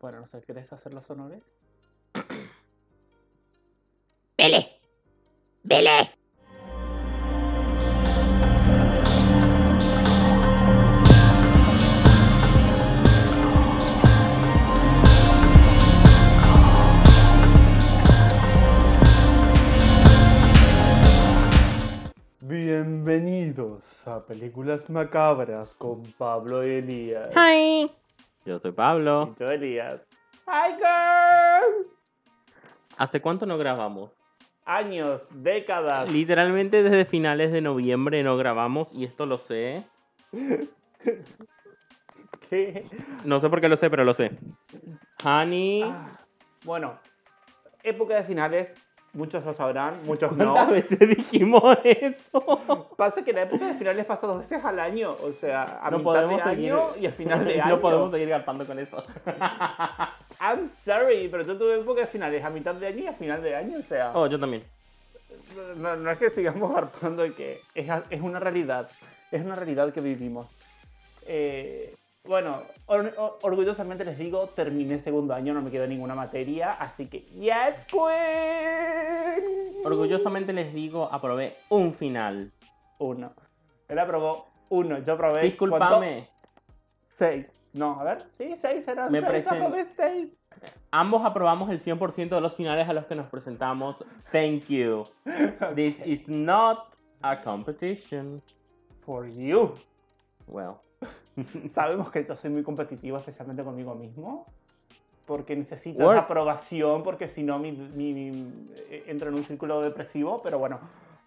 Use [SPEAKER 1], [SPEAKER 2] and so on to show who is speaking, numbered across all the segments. [SPEAKER 1] Bueno, no sé, ¿querés hacer los honores?
[SPEAKER 2] ¡Vele! ¡Vele!
[SPEAKER 1] Bienvenidos a Películas Macabras con Pablo y Elías.
[SPEAKER 3] Ah.
[SPEAKER 2] ¡Ay!
[SPEAKER 3] Yo soy Pablo.
[SPEAKER 1] Y yo, Elías.
[SPEAKER 3] ¿Hace cuánto no grabamos?
[SPEAKER 1] Años, décadas.
[SPEAKER 3] Literalmente desde finales de noviembre no grabamos y esto lo sé.
[SPEAKER 1] ¿Qué?
[SPEAKER 3] No sé por qué lo sé, pero lo sé. Honey,
[SPEAKER 1] Ah, Bueno, época de finales, muchos lo sabrán, muchos no.
[SPEAKER 3] ¿cuántas veces dijimos eso?
[SPEAKER 1] Pasa que la época de finales pasa dos veces al año, o sea, a
[SPEAKER 3] No
[SPEAKER 1] mitad
[SPEAKER 3] podemos
[SPEAKER 1] de
[SPEAKER 3] seguir.
[SPEAKER 1] año y a final de año.
[SPEAKER 3] No podemos seguir galpando con eso.
[SPEAKER 1] I'm sorry, pero yo tuve época de finales a mitad de año y a final de año, o sea,
[SPEAKER 3] Oh, yo también.
[SPEAKER 1] no, no es que sigamos harpando de que es, es una realidad, es una realidad que vivimos. Eh, bueno, or- or- orgullosamente les digo, terminé segundo año, no me quedó ninguna materia, así que yes, queen.
[SPEAKER 3] Orgullosamente les digo, aprobé un final.
[SPEAKER 1] Uno. Él aprobó uno, yo aprobé. ¿cuánto?
[SPEAKER 3] Disculpame,
[SPEAKER 1] Seis. No, a ver, sí, seis era.
[SPEAKER 3] Me
[SPEAKER 1] seis,
[SPEAKER 3] presento.
[SPEAKER 1] aprobé seis.
[SPEAKER 3] ambos aprobamos el 100% de los finales a los que nos presentamos. Thank you. This is not a competition.
[SPEAKER 1] For you.
[SPEAKER 3] Well.
[SPEAKER 1] Sabemos que yo soy muy competitivo, especialmente conmigo mismo. Porque necesito
[SPEAKER 3] Work.
[SPEAKER 1] esa aprobación, porque si no mi, mi- mi- eh, entro en un círculo depresivo. Pero bueno,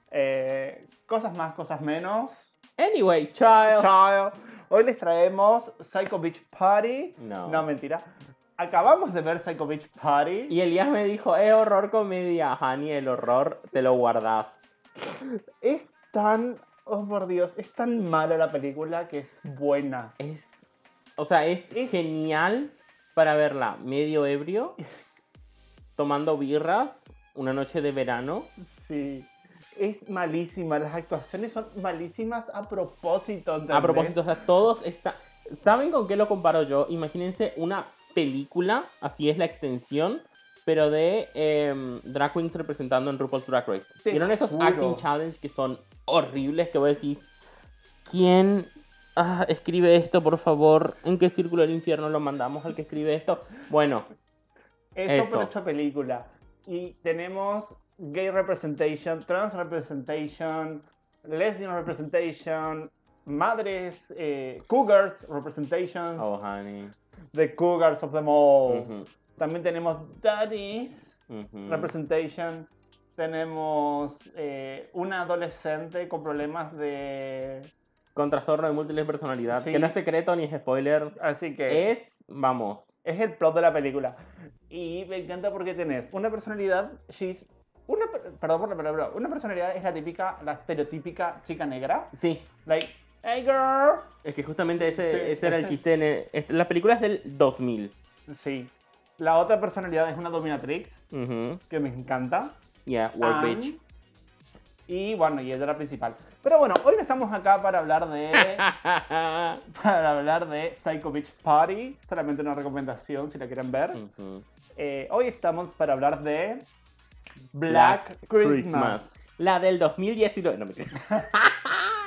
[SPEAKER 1] eh, cosas más, cosas menos.
[SPEAKER 3] Anyway, child.
[SPEAKER 1] Chao. Hoy les traemos Psycho Beach Party.
[SPEAKER 3] No.
[SPEAKER 1] No, mentira. Acabamos de ver Psycho Beach Party.
[SPEAKER 3] Y Elías me dijo, es horror comedia, Hani, el horror te lo guardás.
[SPEAKER 1] Es tan. Oh, por Dios, es tan mala la película que es buena.
[SPEAKER 3] Es, o sea, es
[SPEAKER 1] Es-
[SPEAKER 3] genial para verla medio ebrio, tomando birras, una noche de verano.
[SPEAKER 1] Sí. Es malísima, las actuaciones son malísimas a propósito.
[SPEAKER 3] A
[SPEAKER 1] ¿entendés?
[SPEAKER 3] propósito, o sea, todos está... ¿Saben con qué lo comparo yo? Imagínense una película, así es la extensión, pero de em, drag queens representando en RuPaul's Drag Race.
[SPEAKER 1] Te
[SPEAKER 3] ¿Vieron esos
[SPEAKER 1] juro.
[SPEAKER 3] acting challenge que son horribles? Que vos decís, ¿quién ah, escribe esto, por favor? ¿En qué círculo del infierno lo mandamos al que escribe esto? Bueno,
[SPEAKER 1] Eso,
[SPEAKER 3] Eso.
[SPEAKER 1] pero hecho película. Y tenemos gay representation, trans representation, lesbian representation, madres, eh, cougars representations,
[SPEAKER 3] oh, honey.
[SPEAKER 1] the cougars of them all.
[SPEAKER 3] Ujú, Mm.
[SPEAKER 1] También tenemos daddies.
[SPEAKER 3] ujú.
[SPEAKER 1] representation. Tenemos eh, una adolescente con problemas de.
[SPEAKER 3] Con trastorno de múltiples personalidad,
[SPEAKER 1] Sí.
[SPEAKER 3] que no es secreto ni es spoiler.
[SPEAKER 1] Así que
[SPEAKER 3] Es, vamos,
[SPEAKER 1] es el plot de la película. Y me encanta porque tenés una personalidad. She's. Una, per- perdón por la palabra. Una personalidad es la típica, la estereotípica chica negra.
[SPEAKER 3] sí,
[SPEAKER 1] Like, hey girl.
[SPEAKER 3] Es que justamente ese,
[SPEAKER 1] Sí.
[SPEAKER 3] ese era el chiste. En el- es- la película es del 2000.
[SPEAKER 1] Sí. La otra personalidad es una dominatrix,
[SPEAKER 3] Ujú.
[SPEAKER 1] que me encanta. Ah.
[SPEAKER 3] Yeah, work
[SPEAKER 1] Anne.
[SPEAKER 3] bitch.
[SPEAKER 1] Y bueno, y ella era principal. Pero bueno, hoy no estamos acá para hablar de. para hablar de Psycho Beach Party. Solamente una recomendación si la quieren ver.
[SPEAKER 3] Ujú.
[SPEAKER 1] Eh, hoy estamos para hablar de Black, Christmas.
[SPEAKER 3] La del 2019. No me Todo el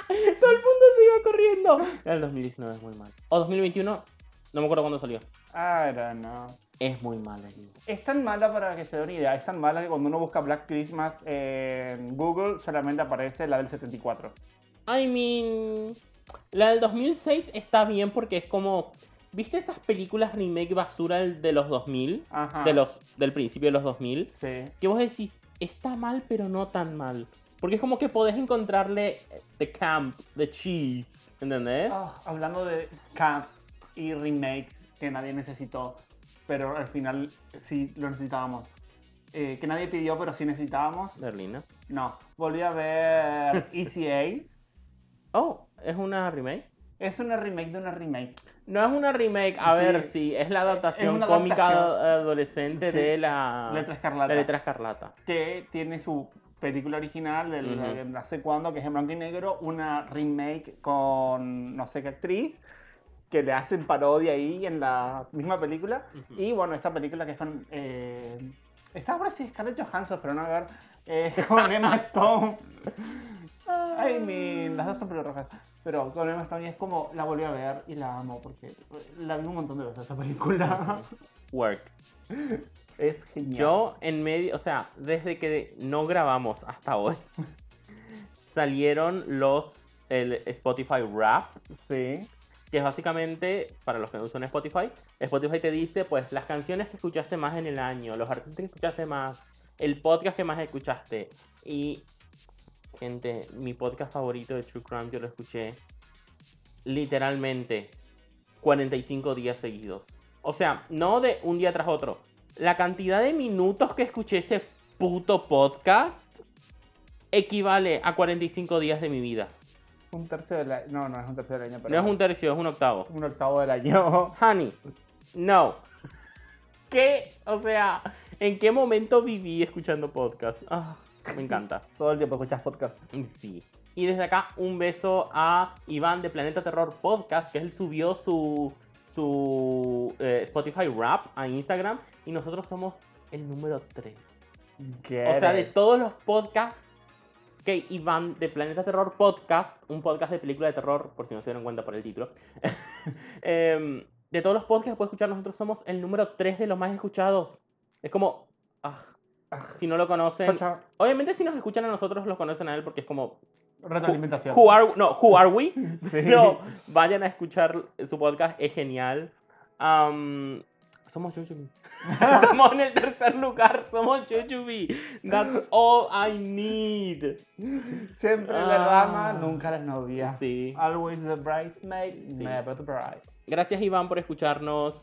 [SPEAKER 3] mundo se iba corriendo. La del 2019 es muy mal. O 2021. No me acuerdo cuándo salió.
[SPEAKER 1] I don't know.
[SPEAKER 3] Es muy mal. amigo.
[SPEAKER 1] Ah, Es tan mala para que se dé una idea. Es tan mala que cuando uno busca Black Christmas en Google solamente aparece la del 74.
[SPEAKER 3] I mean. La del 2006 está bien porque es como. ¿Viste esas películas remake basura del- de los 2000?
[SPEAKER 1] Ajá.
[SPEAKER 3] De los, del principio de los 2000.
[SPEAKER 1] Sí.
[SPEAKER 3] que vos decís, está mal, pero no tan mal. Porque es como que podés encontrarle eh, the camp, the cheese, ¿entendés?
[SPEAKER 1] Ah, hablando de camp y remakes que nadie necesitó, pero al final sí lo necesitábamos. Eh, que nadie pidió, pero sí necesitábamos.
[SPEAKER 3] Berlina.
[SPEAKER 1] No, volví a ver E ECA.
[SPEAKER 3] Oh, ¿es una remake?
[SPEAKER 1] Es una remake de una remake.
[SPEAKER 3] No es una remake, a
[SPEAKER 1] Sí.
[SPEAKER 3] ver si es la adaptación
[SPEAKER 1] una
[SPEAKER 3] cómica
[SPEAKER 1] adaptación.
[SPEAKER 3] adolescente
[SPEAKER 1] Sí.
[SPEAKER 3] de la
[SPEAKER 1] Letra Escarlata.
[SPEAKER 3] Ah. la letra escarlata.
[SPEAKER 1] Que tiene su película original del
[SPEAKER 3] Ujú.
[SPEAKER 1] de no sé cuándo, que es en blanco y negro. Una remake con no sé qué actriz. que le hacen parodia ahí en la misma película.
[SPEAKER 3] Ujú.
[SPEAKER 1] Y bueno, esta película que son. Eh, está ahora sí Scarlett Johansson, pero no a ver. eh, con Emma Stone.
[SPEAKER 3] Ah.
[SPEAKER 1] Ay, mi, las dos son pelirrojas. Pero con Emma Stone y es como la volví a ver y la amo porque la vi un montón de veces esa película.
[SPEAKER 3] Work.
[SPEAKER 1] es genial.
[SPEAKER 3] Yo en medio, o sea, desde que no grabamos hasta hoy, salieron los el Spotify Rap,
[SPEAKER 1] Sí.
[SPEAKER 3] que es básicamente, para los que no usan Spotify, Spotify te dice pues las canciones que escuchaste más en el año, los artistas que escuchaste más, el podcast que más escuchaste. Y, gente, mi podcast favorito de True Crime yo lo escuché literalmente 45 días seguidos. O sea, no de un día tras otro. La cantidad de minutos que escuché ese puto podcast equivale a 45 días de mi vida.
[SPEAKER 1] Un tercio del año. No, no es un tercio del año, pero.
[SPEAKER 3] No es un tercio, es un octavo.
[SPEAKER 1] un octavo del año.
[SPEAKER 3] Honey, no. ¿Qué? O sea, ¿en qué momento viví escuchando podcast? Ah, me encanta.
[SPEAKER 1] Todo el tiempo escuchas podcast.
[SPEAKER 3] Sí. Y desde acá un beso a Iván de Planeta Terror Podcast, que él subió su, su eh, Spotify Rap a Instagram y nosotros somos el número 3. O sea, de todos los podcasts que Iván de Planeta Terror Podcast, un podcast de película de terror, por si no se dieron cuenta por el título, em, de todos los podcasts que puedes escuchar, nosotros somos el número 3 de los más escuchados. Es como, ah, si no lo conocen,
[SPEAKER 1] Socha,
[SPEAKER 3] obviamente si nos escuchan a nosotros los conocen a él porque es como,
[SPEAKER 1] retroalimentación.
[SPEAKER 3] who are, no, who are we?
[SPEAKER 1] Sí.
[SPEAKER 3] No, vayan a escuchar su podcast, es genial. Am, somos Chuchubi. Estamos en el tercer lugar, somos Chuchubi. That's all I need.
[SPEAKER 1] Siempre la
[SPEAKER 3] Ah.
[SPEAKER 1] dama, nunca la novia.
[SPEAKER 3] Sí.
[SPEAKER 1] Always the bridesmaid, never the bride.
[SPEAKER 3] Gracias Iván por escucharnos.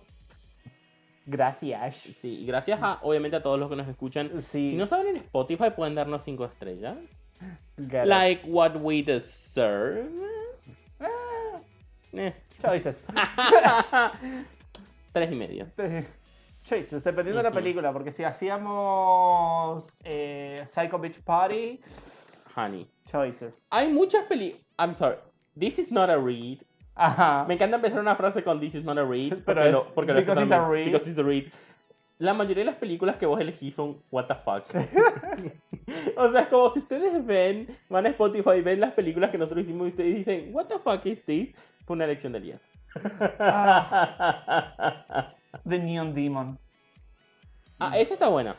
[SPEAKER 1] Gracias.
[SPEAKER 3] Sí, y gracias a, obviamente a todos los que nos escuchan.
[SPEAKER 1] Sí.
[SPEAKER 3] Si no saben en Spotify pueden darnos 5 estrellas.
[SPEAKER 1] Get it.
[SPEAKER 3] Like what we deserve.
[SPEAKER 1] Ah.
[SPEAKER 3] Eh.
[SPEAKER 1] Choices.
[SPEAKER 3] Tres y medio.
[SPEAKER 1] Choices, dependiendo de la
[SPEAKER 3] Ujú.
[SPEAKER 1] película, porque si hacíamos eh, Psycho Beach Party,
[SPEAKER 3] Honey.
[SPEAKER 1] choices.
[SPEAKER 3] Hay muchas películas. I'm sorry. This is not a read.
[SPEAKER 1] Ajá.
[SPEAKER 3] Me encanta empezar una frase con This is not a read.
[SPEAKER 1] Pero
[SPEAKER 3] Porque
[SPEAKER 1] es
[SPEAKER 3] lo, porque lo
[SPEAKER 1] because
[SPEAKER 3] escucho
[SPEAKER 1] it's a
[SPEAKER 3] también.
[SPEAKER 1] read.
[SPEAKER 3] Because it's a read. La mayoría de las películas que vos elegís son What the fuck. o sea, es como si ustedes ven, van a Spotify y ven las películas que nosotros hicimos y ustedes dicen What the fuck is this? Fue una elección del día. ah,
[SPEAKER 1] The Neon Demon. Mm.
[SPEAKER 3] esa está buena.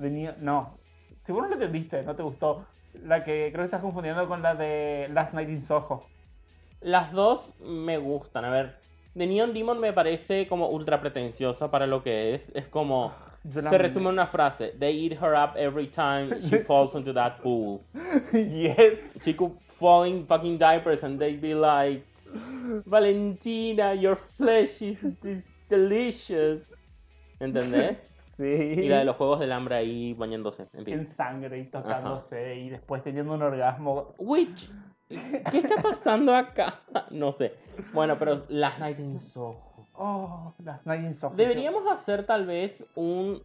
[SPEAKER 1] The Neon... No. Si vos no la entendiste, no te gustó. La que creo que estás confundiendo con la de Last Night in Soho.
[SPEAKER 3] Las dos me gustan. A ver, The Neon Demon me parece como ultra pretenciosa para lo que es. Es como.
[SPEAKER 1] Yo Ah, la
[SPEAKER 3] Se
[SPEAKER 1] amé.
[SPEAKER 3] resume en una frase. They eat her up every time she falls into that pool.
[SPEAKER 1] yes.
[SPEAKER 3] She could fall in fucking diapers and they'd be like, Valentina, your flesh is d- delicious. ¿Entendés?
[SPEAKER 1] Sí.
[SPEAKER 3] Y la de los juegos del hambre ahí bañándose. En
[SPEAKER 1] en
[SPEAKER 3] fin.
[SPEAKER 1] sangre y tocándose y después teniendo un orgasmo.
[SPEAKER 3] Which. ¿Qué está pasando acá? No sé. Bueno, pero Last Night in Soho.
[SPEAKER 1] Oh, las Night in Soho.
[SPEAKER 3] Deberíamos hacer tal vez un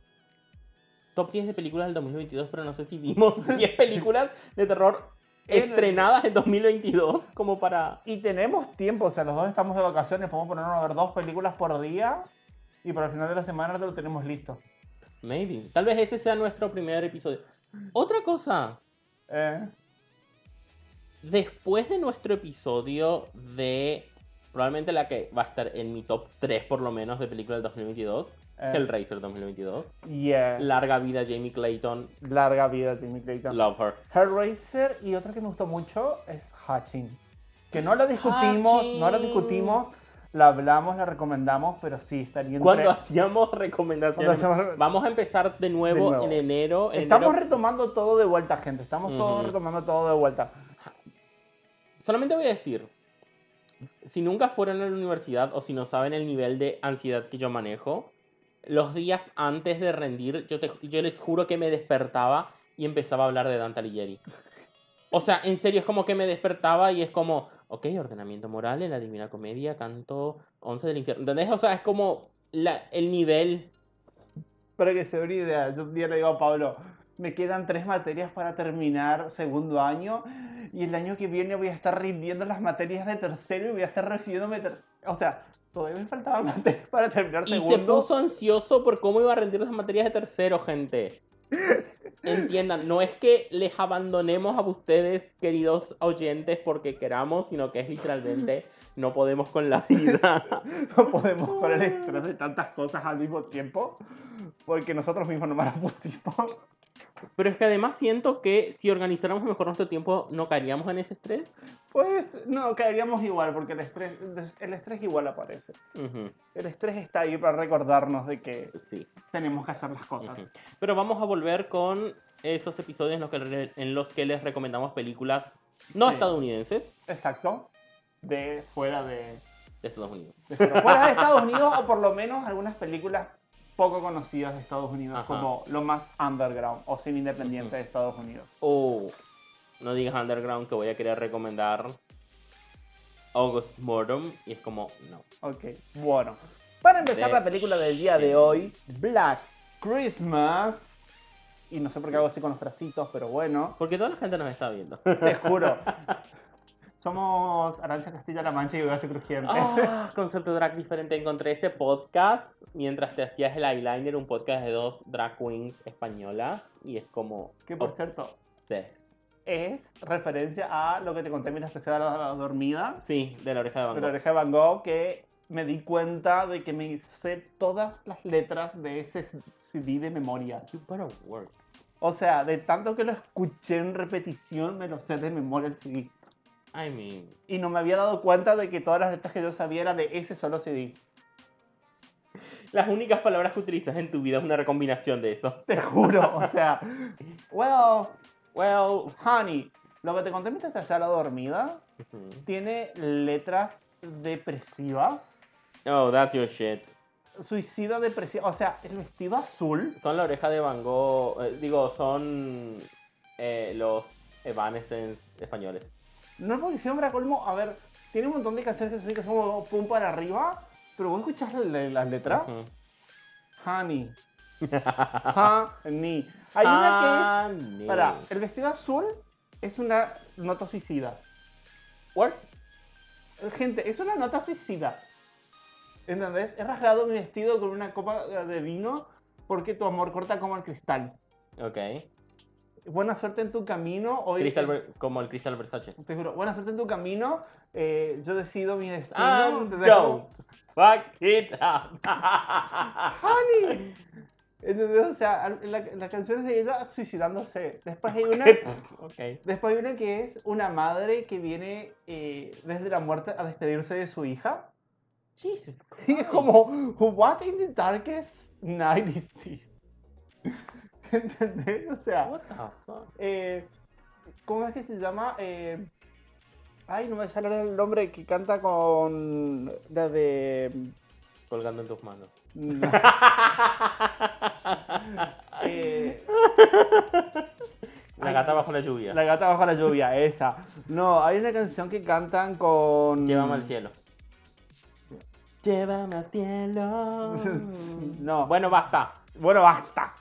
[SPEAKER 3] top 10 de películas del 2022, pero no sé si vimos 10 películas de terror
[SPEAKER 1] En el-
[SPEAKER 3] estrenadas en 2022 como para...
[SPEAKER 1] Y tenemos tiempo, o sea, los dos estamos de vacaciones, podemos ponernos a ver dos películas por día y para el final de la semana te lo tenemos listo.
[SPEAKER 3] Maybe. Tal vez ese sea nuestro primer episodio. Otra cosa,
[SPEAKER 1] Eh,
[SPEAKER 3] después de nuestro episodio de... Probablemente la que va a estar en mi top 3 por lo menos de películas del 2022.
[SPEAKER 1] Eh.
[SPEAKER 3] Hellraiser 2022.
[SPEAKER 1] yeah.
[SPEAKER 3] Larga vida Jamie Clayton.
[SPEAKER 1] eh, Larga vida, Timmy Clayton.
[SPEAKER 3] Love her.
[SPEAKER 1] Hellraiser y otra que me gustó mucho es Hatching. Que no la discutimos, no la
[SPEAKER 3] Hatching.
[SPEAKER 1] discutimos, la hablamos, la recomendamos, pero sí, estaría entre-
[SPEAKER 3] Cuando hacíamos recomendaciones.
[SPEAKER 1] Cuando hacíamos-
[SPEAKER 3] Vamos a empezar de nuevo,
[SPEAKER 1] De nuevo.
[SPEAKER 3] en enero. en
[SPEAKER 1] Estamos
[SPEAKER 3] enero.
[SPEAKER 1] retomando todo de vuelta, gente. Estamos todo
[SPEAKER 3] Ujú.
[SPEAKER 1] retomando todo de vuelta.
[SPEAKER 3] Solamente voy a decir, si nunca fueron a la universidad o si no saben el nivel de ansiedad que yo manejo, los días antes de rendir, yo, te- yo les juro que me despertaba y empezaba a hablar de Dante Alighieri. O sea, en serio, es como que me despertaba y es como, ok, ordenamiento moral en la Divina Comedia, canto 11 del infierno. ¿Entendés? O sea, es como la- el nivel.
[SPEAKER 1] Para que se dé una idea, yo un día le digo a Pablo, me quedan tres materias para terminar segundo año y el año que viene voy a estar rindiendo las materias de tercero y voy a estar recibiéndome... ter- O sea, Todavía me faltaba materias para terminar
[SPEAKER 3] Y se
[SPEAKER 1] segundo.
[SPEAKER 3] puso ansioso por cómo iba a rendir las materias de tercero, gente. Entiendan, no es que les abandonemos a ustedes, queridos oyentes, porque queramos, sino que es literalmente no podemos con la vida.
[SPEAKER 1] No podemos con el estrés
[SPEAKER 3] Ah.
[SPEAKER 1] de tantas cosas al mismo tiempo. Porque nosotros mismos no las pusimos.
[SPEAKER 3] Pero es que además siento que si organizáramos mejor nuestro tiempo, no caeríamos en ese estrés.
[SPEAKER 1] Pues no, caeríamos igual, porque el estrés, el estrés igual aparece.
[SPEAKER 3] Ujú,
[SPEAKER 1] El estrés está ahí para recordarnos de que
[SPEAKER 3] sí.
[SPEAKER 1] tenemos que hacer las cosas.
[SPEAKER 3] Ujú. Pero vamos a volver con esos episodios en los que, re- en los que les recomendamos películas no
[SPEAKER 1] Sí.
[SPEAKER 3] estadounidenses
[SPEAKER 1] Exacto. De fuera de,
[SPEAKER 3] de Estados Unidos.
[SPEAKER 1] de fuera, fuera de Estados Unidos o por lo menos algunas películas poco conocidas de Estados Unidos,
[SPEAKER 3] Ajá.
[SPEAKER 1] como lo más underground o cine independiente de Estados Unidos.
[SPEAKER 3] Oh, no digas Underground que voy a querer recomendar August Mortem y es como, no.
[SPEAKER 1] Ok, bueno. Para empezar
[SPEAKER 3] De
[SPEAKER 1] la película del día de
[SPEAKER 3] shit.
[SPEAKER 1] hoy, Black Christmas. Y no sé por qué hago así con los bracitos, pero bueno.
[SPEAKER 3] Porque toda la gente nos está viendo.
[SPEAKER 1] Te juro. Somos Arancha Castilla-La Mancha y Hogacio Crujiente.
[SPEAKER 3] Ah, concepto drag diferente. Encontré ese podcast mientras te hacías el eyeliner, un podcast de dos drag queens españolas. Y es como. oh,
[SPEAKER 1] Que, por cierto-
[SPEAKER 3] obsessed.
[SPEAKER 1] Es referencia a lo que te conté mientras te quedaba la dormida.
[SPEAKER 3] Sí, de la oreja de Van
[SPEAKER 1] de la
[SPEAKER 3] Gogh.
[SPEAKER 1] oreja de Van Gogh que me di cuenta de que me sé todas las letras de ese CD de memoria.
[SPEAKER 3] You better work.
[SPEAKER 1] O sea, de tanto que lo escuché en repetición, me lo sé de memoria el CD.
[SPEAKER 3] I mean.
[SPEAKER 1] Y no me había dado cuenta de que todas las letras que yo sabía eran de ese solo CD.
[SPEAKER 3] Las únicas palabras que utilizas en tu vida es una recombinación de eso.
[SPEAKER 1] Te juro, o sea. Well,
[SPEAKER 3] Well.
[SPEAKER 1] honey, lo que te conté mientras te hacía la dormida
[SPEAKER 3] ujú.
[SPEAKER 1] tiene letras depresivas.
[SPEAKER 3] Oh, that's your shit.
[SPEAKER 1] Suicida depresiva. O sea, el vestido azul.
[SPEAKER 3] Son la oreja de Van Gogh. eh, digo, son eh, los Evanescence españoles.
[SPEAKER 1] No porque siempre a colmo, a ver, tiene un montón de canciones que se que son como pum para arriba, pero vos escuchás la- la- las letras.
[SPEAKER 3] Ujú.
[SPEAKER 1] Honey. Honey. Hay una
[SPEAKER 3] Ah,
[SPEAKER 1] que
[SPEAKER 3] no.
[SPEAKER 1] es. Para, el vestido azul es una nota suicida.
[SPEAKER 3] Work.
[SPEAKER 1] Gente, es una nota suicida. ¿Entendés? He rasgado mi vestido con una copa de vino porque tu amor corta como el cristal.
[SPEAKER 3] Ok.
[SPEAKER 1] Buena suerte en tu camino. Hoy
[SPEAKER 3] Crystal Ver- como el Crystal Versace.
[SPEAKER 1] Te juro, buena suerte en tu camino. eh, yo decido mi destino.
[SPEAKER 3] And
[SPEAKER 1] ¿entendés?
[SPEAKER 3] don't fuck it up.
[SPEAKER 1] Honey. Entonces, o sea, la, la canción es de ella suicidándose. Después hay una,
[SPEAKER 3] ok.
[SPEAKER 1] después hay una que es una madre que viene eh, desde la muerte a despedirse de su hija.
[SPEAKER 3] Jesus Christ.
[SPEAKER 1] Y es como, what in the darkest night is this? ¿Entendés? O sea,
[SPEAKER 3] What the fuck?
[SPEAKER 1] eh, ¿cómo es que se llama? Eh, ay, no me sale el nombre que canta con la de... mm,
[SPEAKER 3] Colgando en tus manos.
[SPEAKER 1] No. Eh,
[SPEAKER 3] La
[SPEAKER 1] Ay,
[SPEAKER 3] gata bajo la lluvia.
[SPEAKER 1] La gata bajo la lluvia, esa. No, hay una canción que cantan con.
[SPEAKER 3] Llévame al cielo. Llévame al cielo.
[SPEAKER 1] No.
[SPEAKER 3] Bueno, basta.
[SPEAKER 1] Bueno, basta.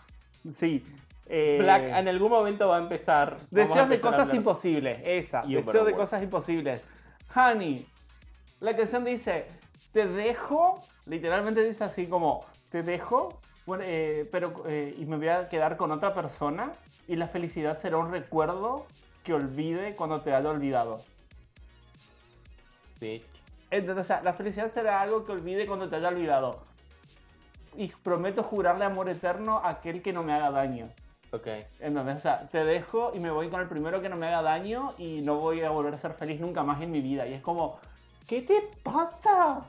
[SPEAKER 1] Sí. Eh,
[SPEAKER 3] Black en algún momento va a empezar. Vamos a
[SPEAKER 1] Deseos de
[SPEAKER 3] empezar a
[SPEAKER 1] cosas
[SPEAKER 3] hablar.
[SPEAKER 1] imposibles, esa.
[SPEAKER 3] You
[SPEAKER 1] Deseos de
[SPEAKER 3] better work.
[SPEAKER 1] cosas imposibles. Honey, la canción dice: Te dejo, literalmente dice así como: Te dejo, bueno, eh, pero, eh, y me voy a quedar con otra persona, y la felicidad será un recuerdo que olvide cuando te haya olvidado.
[SPEAKER 3] Bitch.
[SPEAKER 1] Entonces, o sea, la felicidad será algo que olvide cuando te haya olvidado. Y prometo jurarle amor eterno a aquel que no me haga daño.
[SPEAKER 3] Ok.
[SPEAKER 1] Entonces, o sea, te dejo y me voy con el primero que no me haga daño y no voy a volver a ser feliz nunca más en mi vida. Y es como, ¿qué te pasa?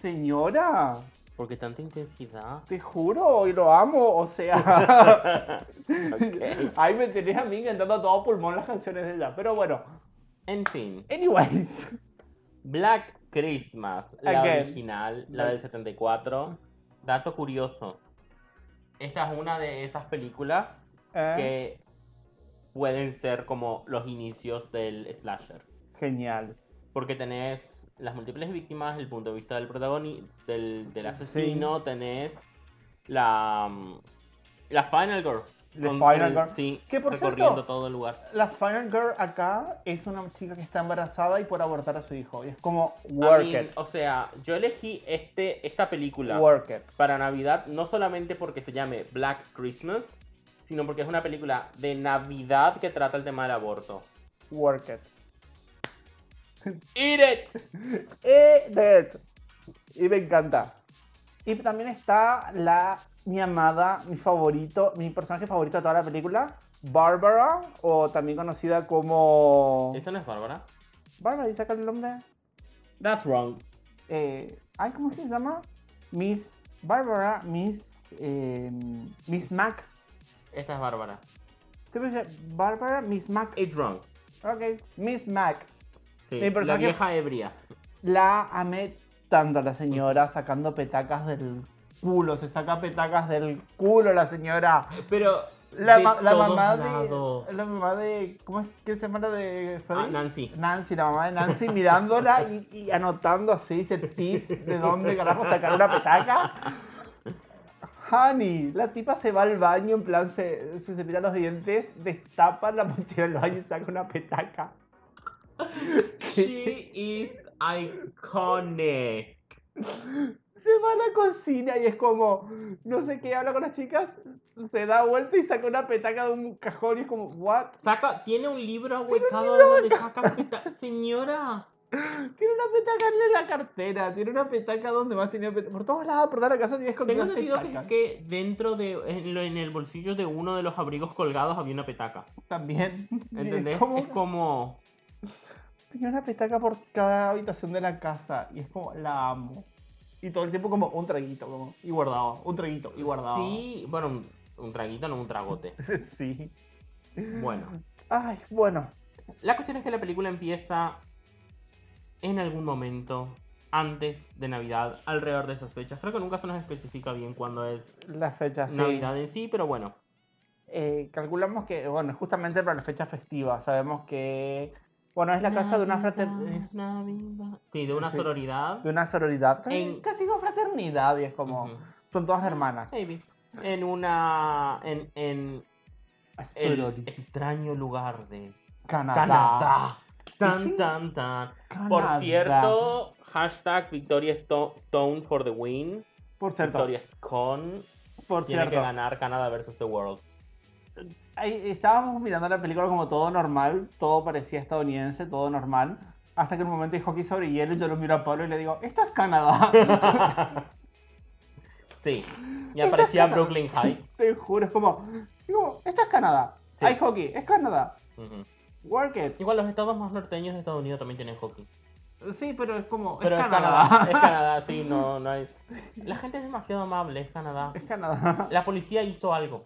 [SPEAKER 1] Señora,
[SPEAKER 3] Porque tanta intensidad.
[SPEAKER 1] te juro, y lo amo, o sea.
[SPEAKER 3] Ok.
[SPEAKER 1] Ahí me tenés a mí cantando a todo pulmón las canciones de ella. Pero bueno,
[SPEAKER 3] En fin.
[SPEAKER 1] anyways.
[SPEAKER 3] Black Christmas, la
[SPEAKER 1] Again.
[SPEAKER 3] original, la del 74. Dato curioso. Esta es una de esas películas que pueden ser como los inicios del slasher.
[SPEAKER 1] Genial.
[SPEAKER 3] Porque tenés las múltiples víctimas, el punto de vista del protagonista, del, del asesino, tenés la, mm, la Final Girl.
[SPEAKER 1] The
[SPEAKER 3] con-
[SPEAKER 1] Final
[SPEAKER 3] con-
[SPEAKER 1] Girl.
[SPEAKER 3] Sí,
[SPEAKER 1] Que, por
[SPEAKER 3] recorriendo
[SPEAKER 1] cierto-
[SPEAKER 3] todo el lugar.
[SPEAKER 1] La Final Girl acá es una chica que está embarazada y por abortar a su hijo. Y es como
[SPEAKER 3] I
[SPEAKER 1] work
[SPEAKER 3] mean,
[SPEAKER 1] it.
[SPEAKER 3] o sea, yo elegí este, esta película
[SPEAKER 1] Work it.
[SPEAKER 3] para Navidad no solamente porque se llame Black Christmas, sino porque es una película de Navidad que trata el tema del aborto.
[SPEAKER 1] Work it.
[SPEAKER 3] ¡Eat it!
[SPEAKER 1] Eh, Dead. Y me encanta. Y también está la mi amada, mi favorito, mi personaje favorito de toda la película, Barbara, o también conocida como.
[SPEAKER 3] ¿Esto no es Bárbara?
[SPEAKER 1] Bárbara, dice acá el nombre.
[SPEAKER 3] That's wrong.
[SPEAKER 1] Eh, ay, ¿Cómo es que se llama? Miss Barbara, Miss. eh, Miss Mac.
[SPEAKER 3] Esta es Bárbara.
[SPEAKER 1] Siempre dice Barbara, Miss Mac.
[SPEAKER 3] It's wrong.
[SPEAKER 1] Ok, Miss Mac.
[SPEAKER 3] Sí,
[SPEAKER 1] Mi
[SPEAKER 3] la
[SPEAKER 1] personaje-
[SPEAKER 3] vieja ebria.
[SPEAKER 1] La amé tanto a la señora sacando petacas del culo. Se saca petacas del culo la señora.
[SPEAKER 3] Pero
[SPEAKER 1] La,
[SPEAKER 3] de
[SPEAKER 1] ma- la
[SPEAKER 3] todos
[SPEAKER 1] mamá
[SPEAKER 3] lados.
[SPEAKER 1] de. La mamá de. ¿Cómo es que se llama la de
[SPEAKER 3] Ah,
[SPEAKER 1] Freddy?
[SPEAKER 3] Nancy.
[SPEAKER 1] Nancy, la mamá de Nancy mirándola y, y anotando así, dice tips de dónde carajo sacar una petaca. Honey, la tipa se va al baño, en plan se, se cepilla los dientes, destapa la mochila del baño y saca una petaca.
[SPEAKER 3] She is iconic.
[SPEAKER 1] Se va a la cocina y es como, no sé qué, habla con las chicas, se da vuelta y saca una petaca de un cajón y es como, what?
[SPEAKER 3] Saca, tiene un libro ahuecado donde saca peta- Señora.
[SPEAKER 1] Tiene una petaca en la cartera, tiene una petaca donde más tenía petaca. Por todos lados, por toda la casa tenía
[SPEAKER 3] Tengo
[SPEAKER 1] escondidas
[SPEAKER 3] entendido que,
[SPEAKER 1] petacas.
[SPEAKER 3] que dentro de. En, lo- en el bolsillo de uno de los abrigos colgados había una petaca.
[SPEAKER 1] También.
[SPEAKER 3] ¿Entendés?
[SPEAKER 1] Es como,
[SPEAKER 3] Es como.
[SPEAKER 1] tenía una petaca por cada habitación de la casa y es como, la amo. Y todo el tiempo como un traguito, como, y guardaba, un traguito, y guardaba.
[SPEAKER 3] Sí, bueno, un, un traguito, no un tragote.
[SPEAKER 1] sí.
[SPEAKER 3] Bueno,
[SPEAKER 1] Ay, bueno.
[SPEAKER 3] la cuestión es que la película empieza en algún momento antes de Navidad, alrededor de esas fechas. Creo que nunca se nos especifica bien cuándo es
[SPEAKER 1] Las fechas, Ah, sí.
[SPEAKER 3] Navidad en sí, pero bueno.
[SPEAKER 1] Eh, calculamos que, bueno, justamente para la fecha festiva, sabemos que, bueno, es la casa de una, frater- es de
[SPEAKER 3] Navidad. Sí, de una
[SPEAKER 1] Sí.
[SPEAKER 3] sororidad.
[SPEAKER 1] una sororidad, casi,
[SPEAKER 3] En-
[SPEAKER 1] casi como fraternidad, y es como,
[SPEAKER 3] Ujú.
[SPEAKER 1] son todas hermanas.
[SPEAKER 3] Maybe. En una. En, en el
[SPEAKER 1] Sorori.
[SPEAKER 3] extraño lugar de
[SPEAKER 1] Canadá.
[SPEAKER 3] Canadá. Tan, tan, tan. Por
[SPEAKER 1] Canadá.
[SPEAKER 3] cierto, hashtag Victoria Sto- Stone for the win.
[SPEAKER 1] Por cierto,
[SPEAKER 3] Victoria Con
[SPEAKER 1] por
[SPEAKER 3] tiene que
[SPEAKER 1] cierto.
[SPEAKER 3] ganar Canadá versus the world.
[SPEAKER 1] Ahí estábamos mirando la película como todo normal, todo parecía estadounidense, todo normal. Hasta que en un momento hay hockey sobre hielo, y yo lo miro a Pablo y le digo, esto es Canadá.
[SPEAKER 3] Sí. Y aparecía Brooklyn Heights.
[SPEAKER 1] Te juro, es como, digo, esto es Canadá.
[SPEAKER 3] Sí.
[SPEAKER 1] Hay hockey, es Canadá.
[SPEAKER 3] Ujú.
[SPEAKER 1] Work it.
[SPEAKER 3] Igual los estados más norteños de Estados Unidos también tienen hockey.
[SPEAKER 1] Sí, pero es como,
[SPEAKER 3] Pero
[SPEAKER 1] es
[SPEAKER 3] es Canadá. Es Canadá, sí, no, no hay. La gente es demasiado amable, es Canadá.
[SPEAKER 1] Es Canadá.
[SPEAKER 3] La policía hizo algo.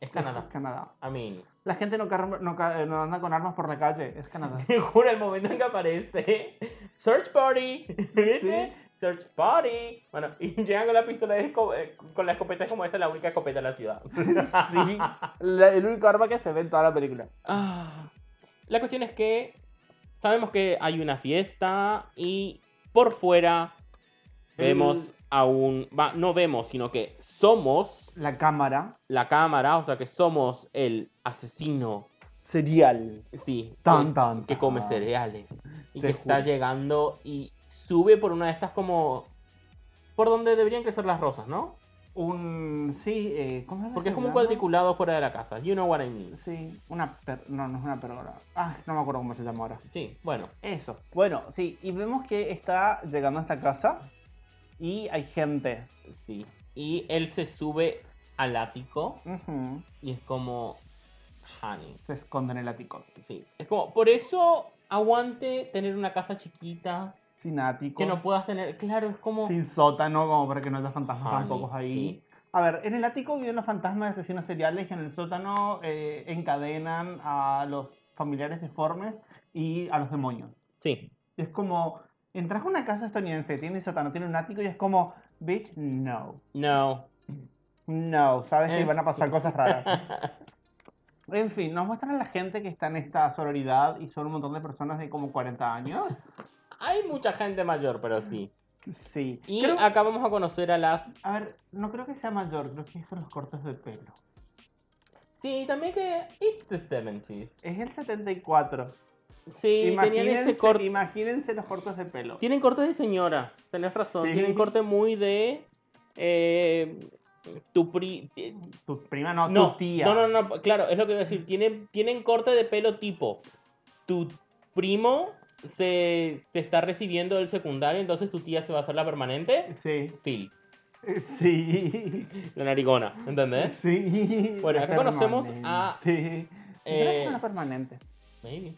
[SPEAKER 3] Es
[SPEAKER 1] Es
[SPEAKER 3] Canadá.
[SPEAKER 1] Canadá.
[SPEAKER 3] I mean.
[SPEAKER 1] La gente no, car- no ca- eh, no anda con armas por la calle. Es Canadá.
[SPEAKER 3] Te juro, el momento en que aparece. Search Party. ¿Viste? Search Party. Bueno, y llegan con la pistola, y esco- eh, con la escopeta, es como esa es la única escopeta de la ciudad.
[SPEAKER 1] Sí. La- el único arma que se ve en toda la película.
[SPEAKER 3] Ah. La cuestión es que sabemos que hay una fiesta y por fuera vemos a un... va, no vemos, sino que somos
[SPEAKER 1] La cámara
[SPEAKER 3] la cámara, o sea que somos el asesino.
[SPEAKER 1] serial.
[SPEAKER 3] Sí,
[SPEAKER 1] Tan,
[SPEAKER 3] es-
[SPEAKER 1] tan,
[SPEAKER 3] que come
[SPEAKER 1] tan.
[SPEAKER 3] cereales. Y
[SPEAKER 1] Te
[SPEAKER 3] que está
[SPEAKER 1] juro.
[SPEAKER 3] llegando y sube por una de estas como... Por donde deberían crecer las rosas, ¿no?
[SPEAKER 1] Un. Sí, eh, ¿cómo era
[SPEAKER 3] Porque
[SPEAKER 1] que
[SPEAKER 3] es como un
[SPEAKER 1] se llama?
[SPEAKER 3] cuadriculado fuera de la casa. You know what I mean.
[SPEAKER 1] Sí, una. per- no, no es una pérgola. Ah, no me acuerdo cómo se llama ahora.
[SPEAKER 3] Sí, bueno.
[SPEAKER 1] Eso. Bueno, sí, y vemos que está llegando a esta casa y hay gente.
[SPEAKER 3] Sí. Y él se sube al ático
[SPEAKER 1] Ujú.
[SPEAKER 3] y es como. Honey.
[SPEAKER 1] Se esconde en el ático.
[SPEAKER 3] Sí. Es como, por eso aguante tener una casa chiquita.
[SPEAKER 1] Sin ático.
[SPEAKER 3] Que no puedas tener. Claro, es como.
[SPEAKER 1] sin sótano, como para que no haya fantasmas
[SPEAKER 3] honey,
[SPEAKER 1] tampoco ahí.
[SPEAKER 3] sí.
[SPEAKER 1] A ver, en el ático viven los fantasmas de asesinos seriales y en el sótano eh, encadenan a los familiares deformes y a los demonios.
[SPEAKER 3] Sí.
[SPEAKER 1] Y es como, entras a una casa estadounidense, tiene sótano, tiene un ático y es como, bitch, no.
[SPEAKER 3] No.
[SPEAKER 1] No, sabes que
[SPEAKER 3] Eh.
[SPEAKER 1] van a pasar cosas raras. En fin, nos muestran a la gente que está en esta sororidad y son un montón de personas de como 40 años.
[SPEAKER 3] Hay mucha gente mayor, pero sí.
[SPEAKER 1] Sí.
[SPEAKER 3] Y
[SPEAKER 1] Creo-
[SPEAKER 3] acá vamos a conocer a las.
[SPEAKER 1] a ver, no creo que sea mayor, creo que son los cortes de pelo.
[SPEAKER 3] Sí, también que. It's the 70s.
[SPEAKER 1] Es el 74.
[SPEAKER 3] Sí, tenían ese corte.
[SPEAKER 1] imagínense los cortos de pelo.
[SPEAKER 3] Tienen corte de señora, tenés razón.
[SPEAKER 1] Sí.
[SPEAKER 3] Tienen corte muy de. eh, tu pri. ti-
[SPEAKER 1] Tu prima no,
[SPEAKER 3] No,
[SPEAKER 1] tu tía.
[SPEAKER 3] no, no, no, claro, es lo que iba a decir. Tienen, tienen corte de pelo tipo. Tu primo se te está recibiendo del secundario, entonces tu tía se va a hacer la permanente.
[SPEAKER 1] Sí,
[SPEAKER 3] Phil,
[SPEAKER 1] sí.
[SPEAKER 3] la narigona, ¿entendés?
[SPEAKER 1] Sí.
[SPEAKER 3] Bueno,
[SPEAKER 1] la
[SPEAKER 3] acá conocemos a-
[SPEAKER 1] permanente.
[SPEAKER 3] eh,
[SPEAKER 1] Pero es una permanente.
[SPEAKER 3] Maybe.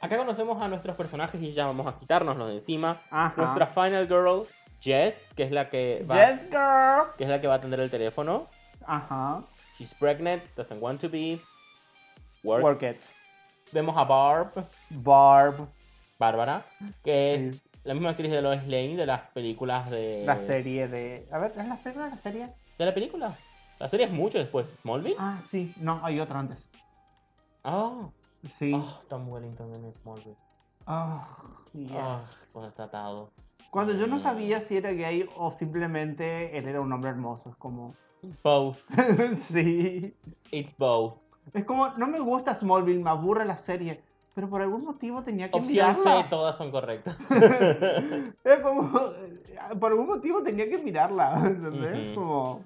[SPEAKER 3] Acá conocemos a nuestros personajes y ya vamos a quitárnoslos de encima.
[SPEAKER 1] Ajá.
[SPEAKER 3] Nuestra final girl, Jess, que es la que va,
[SPEAKER 1] Yes, girl.
[SPEAKER 3] que es la que va a atender el teléfono.
[SPEAKER 1] Ajá.
[SPEAKER 3] She's pregnant, doesn't want to be. Work.
[SPEAKER 1] Work it.
[SPEAKER 3] Vemos a Barb,
[SPEAKER 1] Barb.
[SPEAKER 3] Bárbara, que es
[SPEAKER 1] Sí.
[SPEAKER 3] la misma actriz de Lois Lane de las películas de.
[SPEAKER 1] La serie de. A ver, ¿es la serie o la serie?
[SPEAKER 3] ¿De la película? La serie es mucho después. ¿Smallville?
[SPEAKER 1] Ah, sí. No, hay otra antes.
[SPEAKER 3] Ah.
[SPEAKER 1] Sí.
[SPEAKER 3] Ah, Tom Wellington en Smallville.
[SPEAKER 1] Ah, yeah.
[SPEAKER 3] Ah, cuando está atado.
[SPEAKER 1] Cuando yo no sabía si era gay o simplemente él era un hombre hermoso. Es como.
[SPEAKER 3] Both.
[SPEAKER 1] sí.
[SPEAKER 3] It's both.
[SPEAKER 1] Es como, no me gusta Smallville, me aburre la serie. Pero por algún motivo tenía que
[SPEAKER 3] Opción C,
[SPEAKER 1] mirarla.
[SPEAKER 3] todas son correctas.
[SPEAKER 1] Era como, eh, por algún motivo tenía que mirarla, ¿entendés?
[SPEAKER 3] Ujú.
[SPEAKER 1] Como,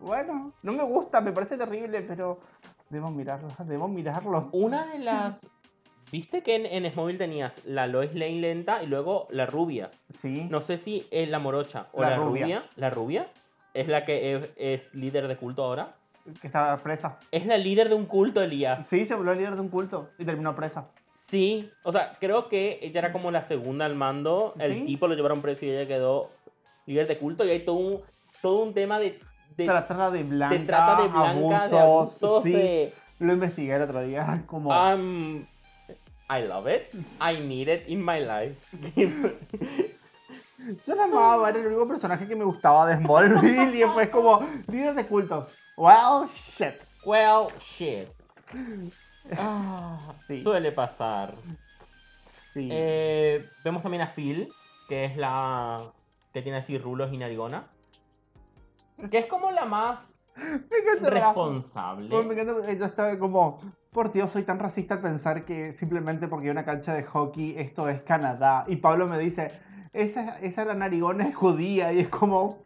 [SPEAKER 1] bueno, no me gusta, me parece terrible, pero debo mirarlo, debo mirarlo.
[SPEAKER 3] Una de las. ¿Viste que en, en Smallville tenías la Lois Lane lenta y luego la rubia?
[SPEAKER 1] Sí.
[SPEAKER 3] No sé si es la morocha o
[SPEAKER 1] La
[SPEAKER 3] la,
[SPEAKER 1] rubia.
[SPEAKER 3] rubia. La rubia es la que es, es líder de culto ahora.
[SPEAKER 1] Que estaba presa.
[SPEAKER 3] Es la líder de un culto, Elías.
[SPEAKER 1] Sí, se volvió líder de un culto y terminó presa.
[SPEAKER 3] Sí. O sea, creo que ella era como la segunda al mando. El
[SPEAKER 1] Sí.
[SPEAKER 3] tipo lo llevaron preso y ella quedó líder de culto. Y hay todo un, todo un tema de. de
[SPEAKER 1] se la trata de blanca.
[SPEAKER 3] de trata de blanca, de abusos,
[SPEAKER 1] sí.
[SPEAKER 3] de.
[SPEAKER 1] Lo investigué el otro día, como...
[SPEAKER 3] Um, I love it. I need it in my life.
[SPEAKER 1] Yo la amaba, era el único personaje que me gustaba de Smallville y después como líder de culto. Wow, shit.
[SPEAKER 3] well, shit. Ah,
[SPEAKER 1] Sí.
[SPEAKER 3] Suele pasar.
[SPEAKER 1] Sí.
[SPEAKER 3] Eh, vemos también a Phil, que es la que tiene así rulos y narigona. Que es como la más
[SPEAKER 1] Me encanta la- Como me
[SPEAKER 3] responsable.
[SPEAKER 1] encanta, porque yo estaba como, por Dios, soy tan racista al pensar que simplemente porque hay una cancha de hockey, esto es Canadá. Y Pablo me dice, esa, esa la narigona es judía. Y es como,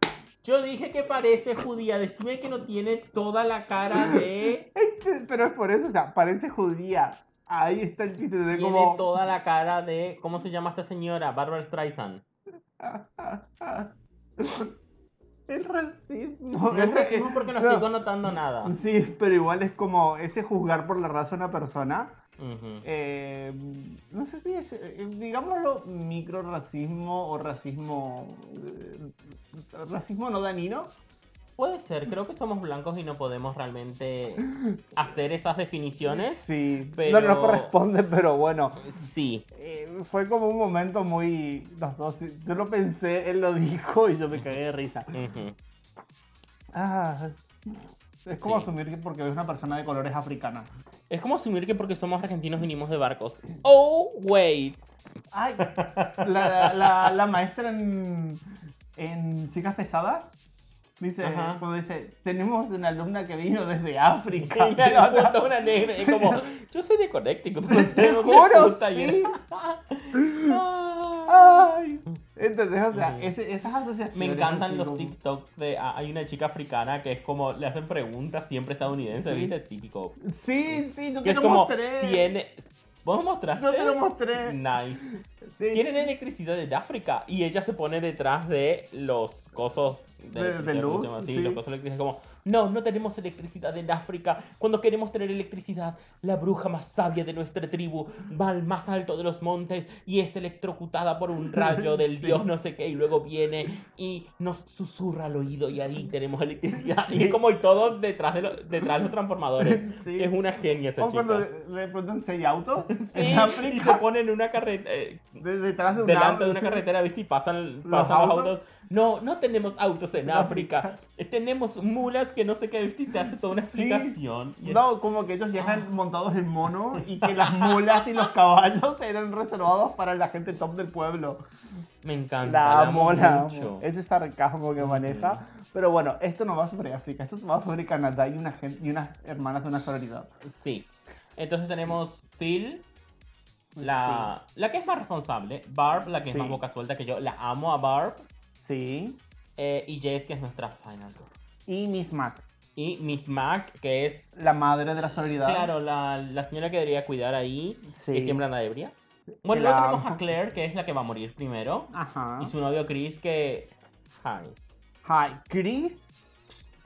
[SPEAKER 3] Yo dije que parece judía. Decime que no tiene toda la cara de.
[SPEAKER 1] "Este- pero es por eso, o sea, parece judía. Ahí está el chiste de
[SPEAKER 3] Tiene
[SPEAKER 1] como...
[SPEAKER 3] toda la cara de. ¿Cómo se llama esta señora? Barbara Streisand.
[SPEAKER 1] El racismo.
[SPEAKER 3] No es racismo porque no estoy connotando nada.
[SPEAKER 1] Sí, pero igual es como ese juzgar por la raza a una persona.
[SPEAKER 3] Ujú.
[SPEAKER 1] Eh, no sé si es, eh, digámoslo, micro racismo o racismo. eh, racismo no danino.
[SPEAKER 3] Puede ser, creo que somos blancos y no podemos realmente hacer esas definiciones.
[SPEAKER 1] Sí,
[SPEAKER 3] Pero-
[SPEAKER 1] no nos corresponde, pero bueno.
[SPEAKER 3] Sí.
[SPEAKER 1] Eh, fue como un momento muy. Los dos, yo lo pensé, él lo dijo y yo me cagué de risa.
[SPEAKER 3] Ujú.
[SPEAKER 1] Ah, es como
[SPEAKER 3] Sí.
[SPEAKER 1] asumir que porque es una persona de colores africana.
[SPEAKER 3] Es como asumir que porque somos argentinos vinimos de barcos. Oh, wait.
[SPEAKER 1] Ay, la, la- la maestra en, en Chicas Pesadas dice,
[SPEAKER 3] Ajá.
[SPEAKER 1] cuando dice, tenemos una alumna que vino desde África.
[SPEAKER 3] Y me apunta una negra. Es como, yo soy de Connecticut. pero
[SPEAKER 1] Te
[SPEAKER 3] tengo una
[SPEAKER 1] juro,
[SPEAKER 3] puta y una-
[SPEAKER 1] sí.
[SPEAKER 3] Ah.
[SPEAKER 1] Ay. Entonces, o sea,
[SPEAKER 3] Ujú.
[SPEAKER 1] ese- esas asociaciones.
[SPEAKER 3] Me encantan
[SPEAKER 1] así
[SPEAKER 3] los
[SPEAKER 1] como-
[SPEAKER 3] TikTok de. ah, Hay una chica africana que es como. Le hacen preguntas siempre estadounidense,
[SPEAKER 1] Sí.
[SPEAKER 3] ¿viste? Típico.
[SPEAKER 1] Sí, sí, yo te
[SPEAKER 3] Que es
[SPEAKER 1] lo
[SPEAKER 3] como.
[SPEAKER 1] mostré.
[SPEAKER 3] Tiene. ¿Vos me mostraste?
[SPEAKER 1] Yo te lo mostré.
[SPEAKER 3] Nice.
[SPEAKER 1] Sí.
[SPEAKER 3] Tienen electricidad de África y ella se pone detrás de los cosos
[SPEAKER 1] De- de
[SPEAKER 3] electricidad, ¿cómo
[SPEAKER 1] luz,
[SPEAKER 3] se llama? Sí,
[SPEAKER 1] sí.
[SPEAKER 3] los cosos eléctricos como, no, no tenemos electricidad en África. Cuando queremos tener electricidad, la bruja más sabia de nuestra tribu va al más alto de los montes y es electrocutada por un rayo del dios no sé qué y luego viene y nos susurra al oído y ahí tenemos electricidad. Y es como y todo detrás de, lo- detrás de los transformadores.
[SPEAKER 1] Sí.
[SPEAKER 3] Es una genia esa
[SPEAKER 1] O cuando
[SPEAKER 3] chica.
[SPEAKER 1] le le preguntan si hay autos
[SPEAKER 3] Sí,
[SPEAKER 1] en
[SPEAKER 3] y se
[SPEAKER 1] África,
[SPEAKER 3] pone en una eh, carretera,
[SPEAKER 1] de- detrás de un
[SPEAKER 3] delante
[SPEAKER 1] auto.
[SPEAKER 3] de una carretera, ¿viste? Y pasan,
[SPEAKER 1] Los
[SPEAKER 3] pasan los
[SPEAKER 1] autos.
[SPEAKER 3] autos. No, no tenemos autos muertos en África. Eh, Tenemos mulas que no sé qué te hace toda una
[SPEAKER 1] Sí.
[SPEAKER 3] explicación. Y es-
[SPEAKER 1] No, como que ellos
[SPEAKER 3] Ah.
[SPEAKER 1] llegan montados en mono y que las mulas y los caballos eran reservados para la gente top del pueblo.
[SPEAKER 3] Me encanta.
[SPEAKER 1] La
[SPEAKER 3] la
[SPEAKER 1] amo,
[SPEAKER 3] amo
[SPEAKER 1] la amo.
[SPEAKER 3] mucho. Mm.
[SPEAKER 1] Ese sarcasmo que
[SPEAKER 3] Ujú.
[SPEAKER 1] maneja. Pero bueno, esto no va sobre África, esto va sobre Canadá y, una gen- y unas hermanas de una sororidad.
[SPEAKER 3] Sí. Entonces tenemos Phil, la, la que es más responsable. Barb, la que es
[SPEAKER 1] Sí.
[SPEAKER 3] más boca suelta que yo. La amo a Barb.
[SPEAKER 1] Sí.
[SPEAKER 3] Eh, y Jess, que es nuestra final. girl.
[SPEAKER 1] Y Miss Mac,
[SPEAKER 3] Y Miss Mac, que es,
[SPEAKER 1] la madre de la sororidad.
[SPEAKER 3] claro, la, la señora que debería cuidar ahí,
[SPEAKER 1] Sí.
[SPEAKER 3] que siempre anda ebria. Bueno,
[SPEAKER 1] La
[SPEAKER 3] luego tenemos
[SPEAKER 1] amo.
[SPEAKER 3] a Claire, que es la que va a morir primero.
[SPEAKER 1] Ajá.
[SPEAKER 3] Y su novio Chris, que... Hi.
[SPEAKER 1] Hi, Chris,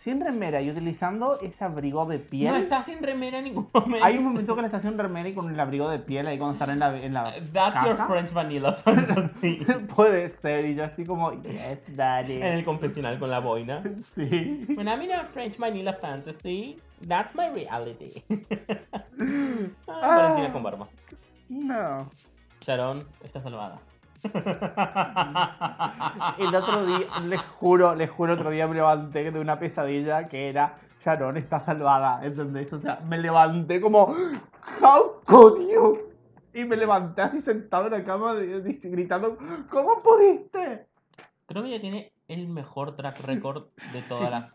[SPEAKER 1] sin remera y utilizando ese abrigo de piel.
[SPEAKER 3] No está sin remera en ningún momento.
[SPEAKER 1] Hay un momento que le está haciendo un remera y con el abrigo de piel ahí cuando están en la. En la
[SPEAKER 3] That's your
[SPEAKER 1] caja.
[SPEAKER 3] French Vanilla Fantasy.
[SPEAKER 1] Puede ser, y yo así como, yes,
[SPEAKER 3] en
[SPEAKER 1] dale.
[SPEAKER 3] el confesional con la boina.
[SPEAKER 1] Sí.
[SPEAKER 3] When I'm in a French Vanilla Fantasy, that's my reality. Ah,
[SPEAKER 1] Ah.
[SPEAKER 3] Valentina con barba.
[SPEAKER 1] No.
[SPEAKER 3] Sharon está salvada.
[SPEAKER 1] El otro día, les juro, les juro, otro día me levanté de una pesadilla que era Sharon está salvada, ¿entendéis? O sea, me levanté como, how could you? Y me levanté así sentado en la cama de- de- gritando, ¿cómo pudiste?
[SPEAKER 3] Creo que ella tiene el mejor track record de todas las.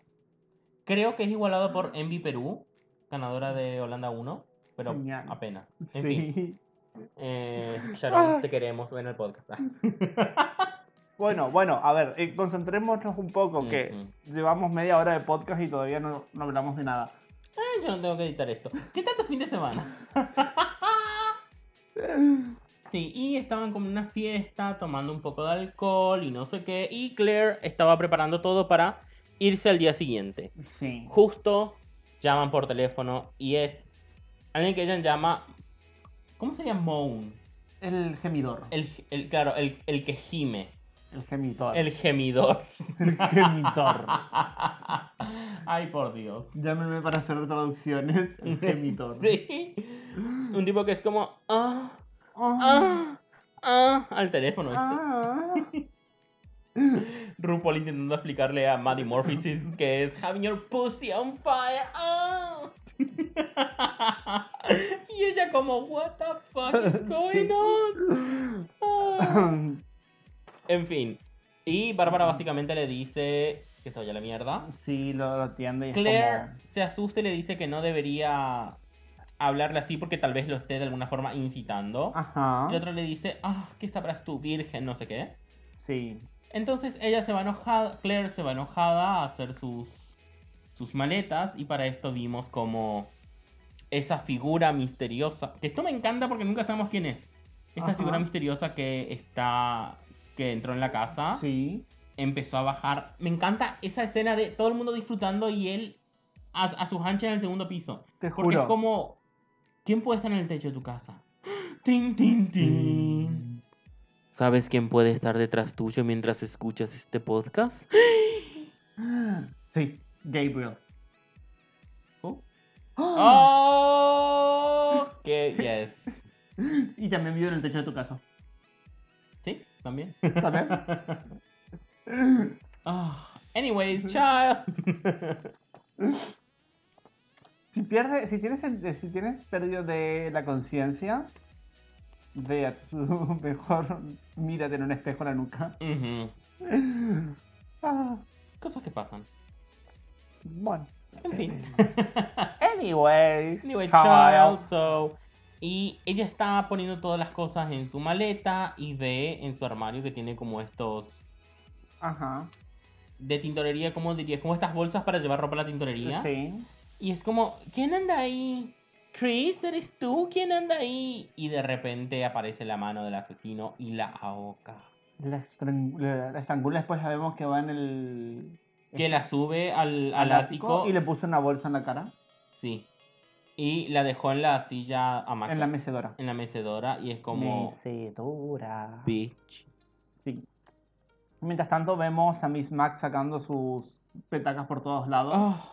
[SPEAKER 3] Creo que es igualado por Envy Perú, ganadora de Holanda 1, pero
[SPEAKER 1] Genial.
[SPEAKER 3] apenas. En fin,
[SPEAKER 1] Sí.
[SPEAKER 3] eh, Sharon,
[SPEAKER 1] Ah.
[SPEAKER 3] te queremos, ven al podcast.
[SPEAKER 1] Bueno, bueno, a ver, eh, concentrémonos un poco, que
[SPEAKER 3] Ujú.
[SPEAKER 1] llevamos media hora de podcast y todavía no, no hablamos de nada.
[SPEAKER 3] Ay, yo no tengo que editar esto. ¿Qué tal tu fin de semana? Sí, y estaban como en una fiesta, tomando un poco de alcohol y no sé qué. Y Claire estaba preparando todo para irse al día siguiente.
[SPEAKER 1] Sí.
[SPEAKER 3] Justo llaman por teléfono y es alguien que ella llama. ¿Cómo sería Moan?
[SPEAKER 1] El gemidor.
[SPEAKER 3] El, el- claro, el, el que gime.
[SPEAKER 1] El gemidor.
[SPEAKER 3] El gemidor.
[SPEAKER 1] el gemidor.
[SPEAKER 3] Ay, por Dios.
[SPEAKER 1] Llámeme para hacer traducciones. El gemitor.
[SPEAKER 3] Sí. Un tipo que es como. Ah,
[SPEAKER 1] Ah,
[SPEAKER 3] ah, ah, al teléfono. ¿viste?
[SPEAKER 1] ah.
[SPEAKER 3] RuPaul intentando explicarle a Maddie Morphysis que es having your pussy on fire. ah. y ella como what the fuck is going on. Ah. En fin. Y Bárbara básicamente le dice que se vaya a la mierda.
[SPEAKER 1] Sí, lo, lo atiende y es
[SPEAKER 3] Claire se asusta y le dice que no debería hablarle así porque tal vez lo esté de alguna forma incitando.
[SPEAKER 1] como- Ajá.
[SPEAKER 3] Y otro le dice, ah, ¿qué sabrás tú, virgen? No sé qué.
[SPEAKER 1] Sí.
[SPEAKER 3] Entonces ella se va enojada, Claire se va enojada a hacer sus, sus maletas y para esto vimos como esa figura misteriosa, que esto me encanta porque nunca sabemos quién es. Esta
[SPEAKER 1] Ajá.
[SPEAKER 3] figura misteriosa que está, que entró en la casa,
[SPEAKER 1] Sí.
[SPEAKER 3] empezó a bajar. Me encanta esa escena de todo el mundo disfrutando y él a, a sus anchas en el segundo piso.
[SPEAKER 1] Te
[SPEAKER 3] Porque
[SPEAKER 1] juro.
[SPEAKER 3] es como, ¿quién puede estar en el techo de tu casa? Tin, tin, tin. ¿Sabes quién puede estar detrás tuyo mientras escuchas este podcast?
[SPEAKER 1] Sí. Gabriel.
[SPEAKER 3] Oh.
[SPEAKER 1] Ah.
[SPEAKER 3] ¡Oh! Que yes.
[SPEAKER 1] Y también vive en el techo de tu casa.
[SPEAKER 3] Sí, también.
[SPEAKER 1] ¿Sabes?
[SPEAKER 3] Ah, Anyways, child.
[SPEAKER 1] Si pierdes, si tienes, el- si tienes pérdida de la conciencia, ve a tu mejor, mírate en un espejo en la nuca.
[SPEAKER 3] Ujú.
[SPEAKER 1] Ah,
[SPEAKER 3] Cosas que pasan.
[SPEAKER 1] bueno.
[SPEAKER 3] En fin.
[SPEAKER 1] Anyway,
[SPEAKER 3] Anyway,
[SPEAKER 1] child.
[SPEAKER 3] child, so. Y ella está poniendo todas las cosas en su maleta y ve en su armario que tiene como estos.
[SPEAKER 1] Ajá.
[SPEAKER 3] De tintorería, ¿cómo dirías? Como estas bolsas para llevar ropa a la tintorería.
[SPEAKER 1] Sí.
[SPEAKER 3] Y es como, ¿quién anda ahí? Chris, ¿eres tú? ¿Quién anda ahí? Y de repente aparece la mano del asesino y la ahoga.
[SPEAKER 1] La, estrang- la- la estrangula después la vemos que va en el. este,
[SPEAKER 3] Que la sube al, al ático.
[SPEAKER 1] Y le puso una bolsa en la cara.
[SPEAKER 3] Sí. Y la dejó en la silla hamaca.
[SPEAKER 1] En la mecedora.
[SPEAKER 3] en la mecedora. Y es como...
[SPEAKER 1] Mecedora.
[SPEAKER 3] Bitch.
[SPEAKER 1] Sí. Mientras tanto vemos a Miss Max sacando sus petacas por todos lados.
[SPEAKER 3] Oh.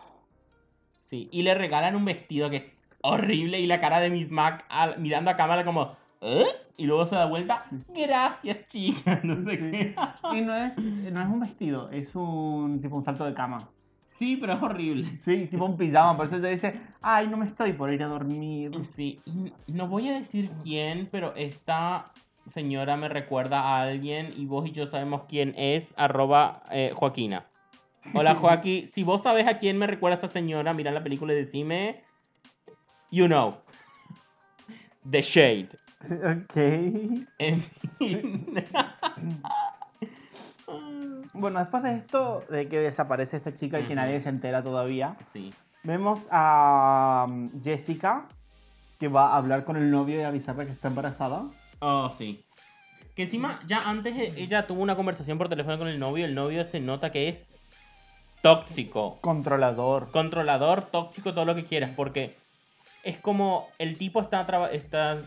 [SPEAKER 3] Sí. Y le regalan un vestido que es horrible. Y la cara de Miss Mac al- mirando a cámara como... ¿Eh? Y luego se da vuelta, gracias chica, no sé
[SPEAKER 1] Sí.
[SPEAKER 3] qué.
[SPEAKER 1] Y no es, no es un vestido, es un tipo un salto de cama.
[SPEAKER 3] Sí, pero es horrible.
[SPEAKER 1] Sí, tipo un pijama, por eso te dice, ay, no me estoy por ir a dormir.
[SPEAKER 3] Sí, n- no voy a decir quién, pero esta señora me recuerda a alguien y vos y yo sabemos quién es, arroba eh, Joaquina. Hola Joaquín, si vos sabés a quién me recuerda esta señora, mira la película y decime, you know, The Shade.
[SPEAKER 1] Ok.
[SPEAKER 3] En fin.
[SPEAKER 1] Bueno, después de esto, de que desaparece esta chica y que
[SPEAKER 3] Ujú.
[SPEAKER 1] nadie se entera todavía,
[SPEAKER 3] sí.
[SPEAKER 1] vemos a um, Jessica que va a hablar con el novio y avisarle que está embarazada.
[SPEAKER 3] Oh, sí. Que encima, ya antes eh, ella tuvo una conversación por teléfono con el novio. El novio se nota que es tóxico.
[SPEAKER 1] Controlador.
[SPEAKER 3] Controlador, tóxico, todo lo que quieras. Porque es como el tipo está, traba- está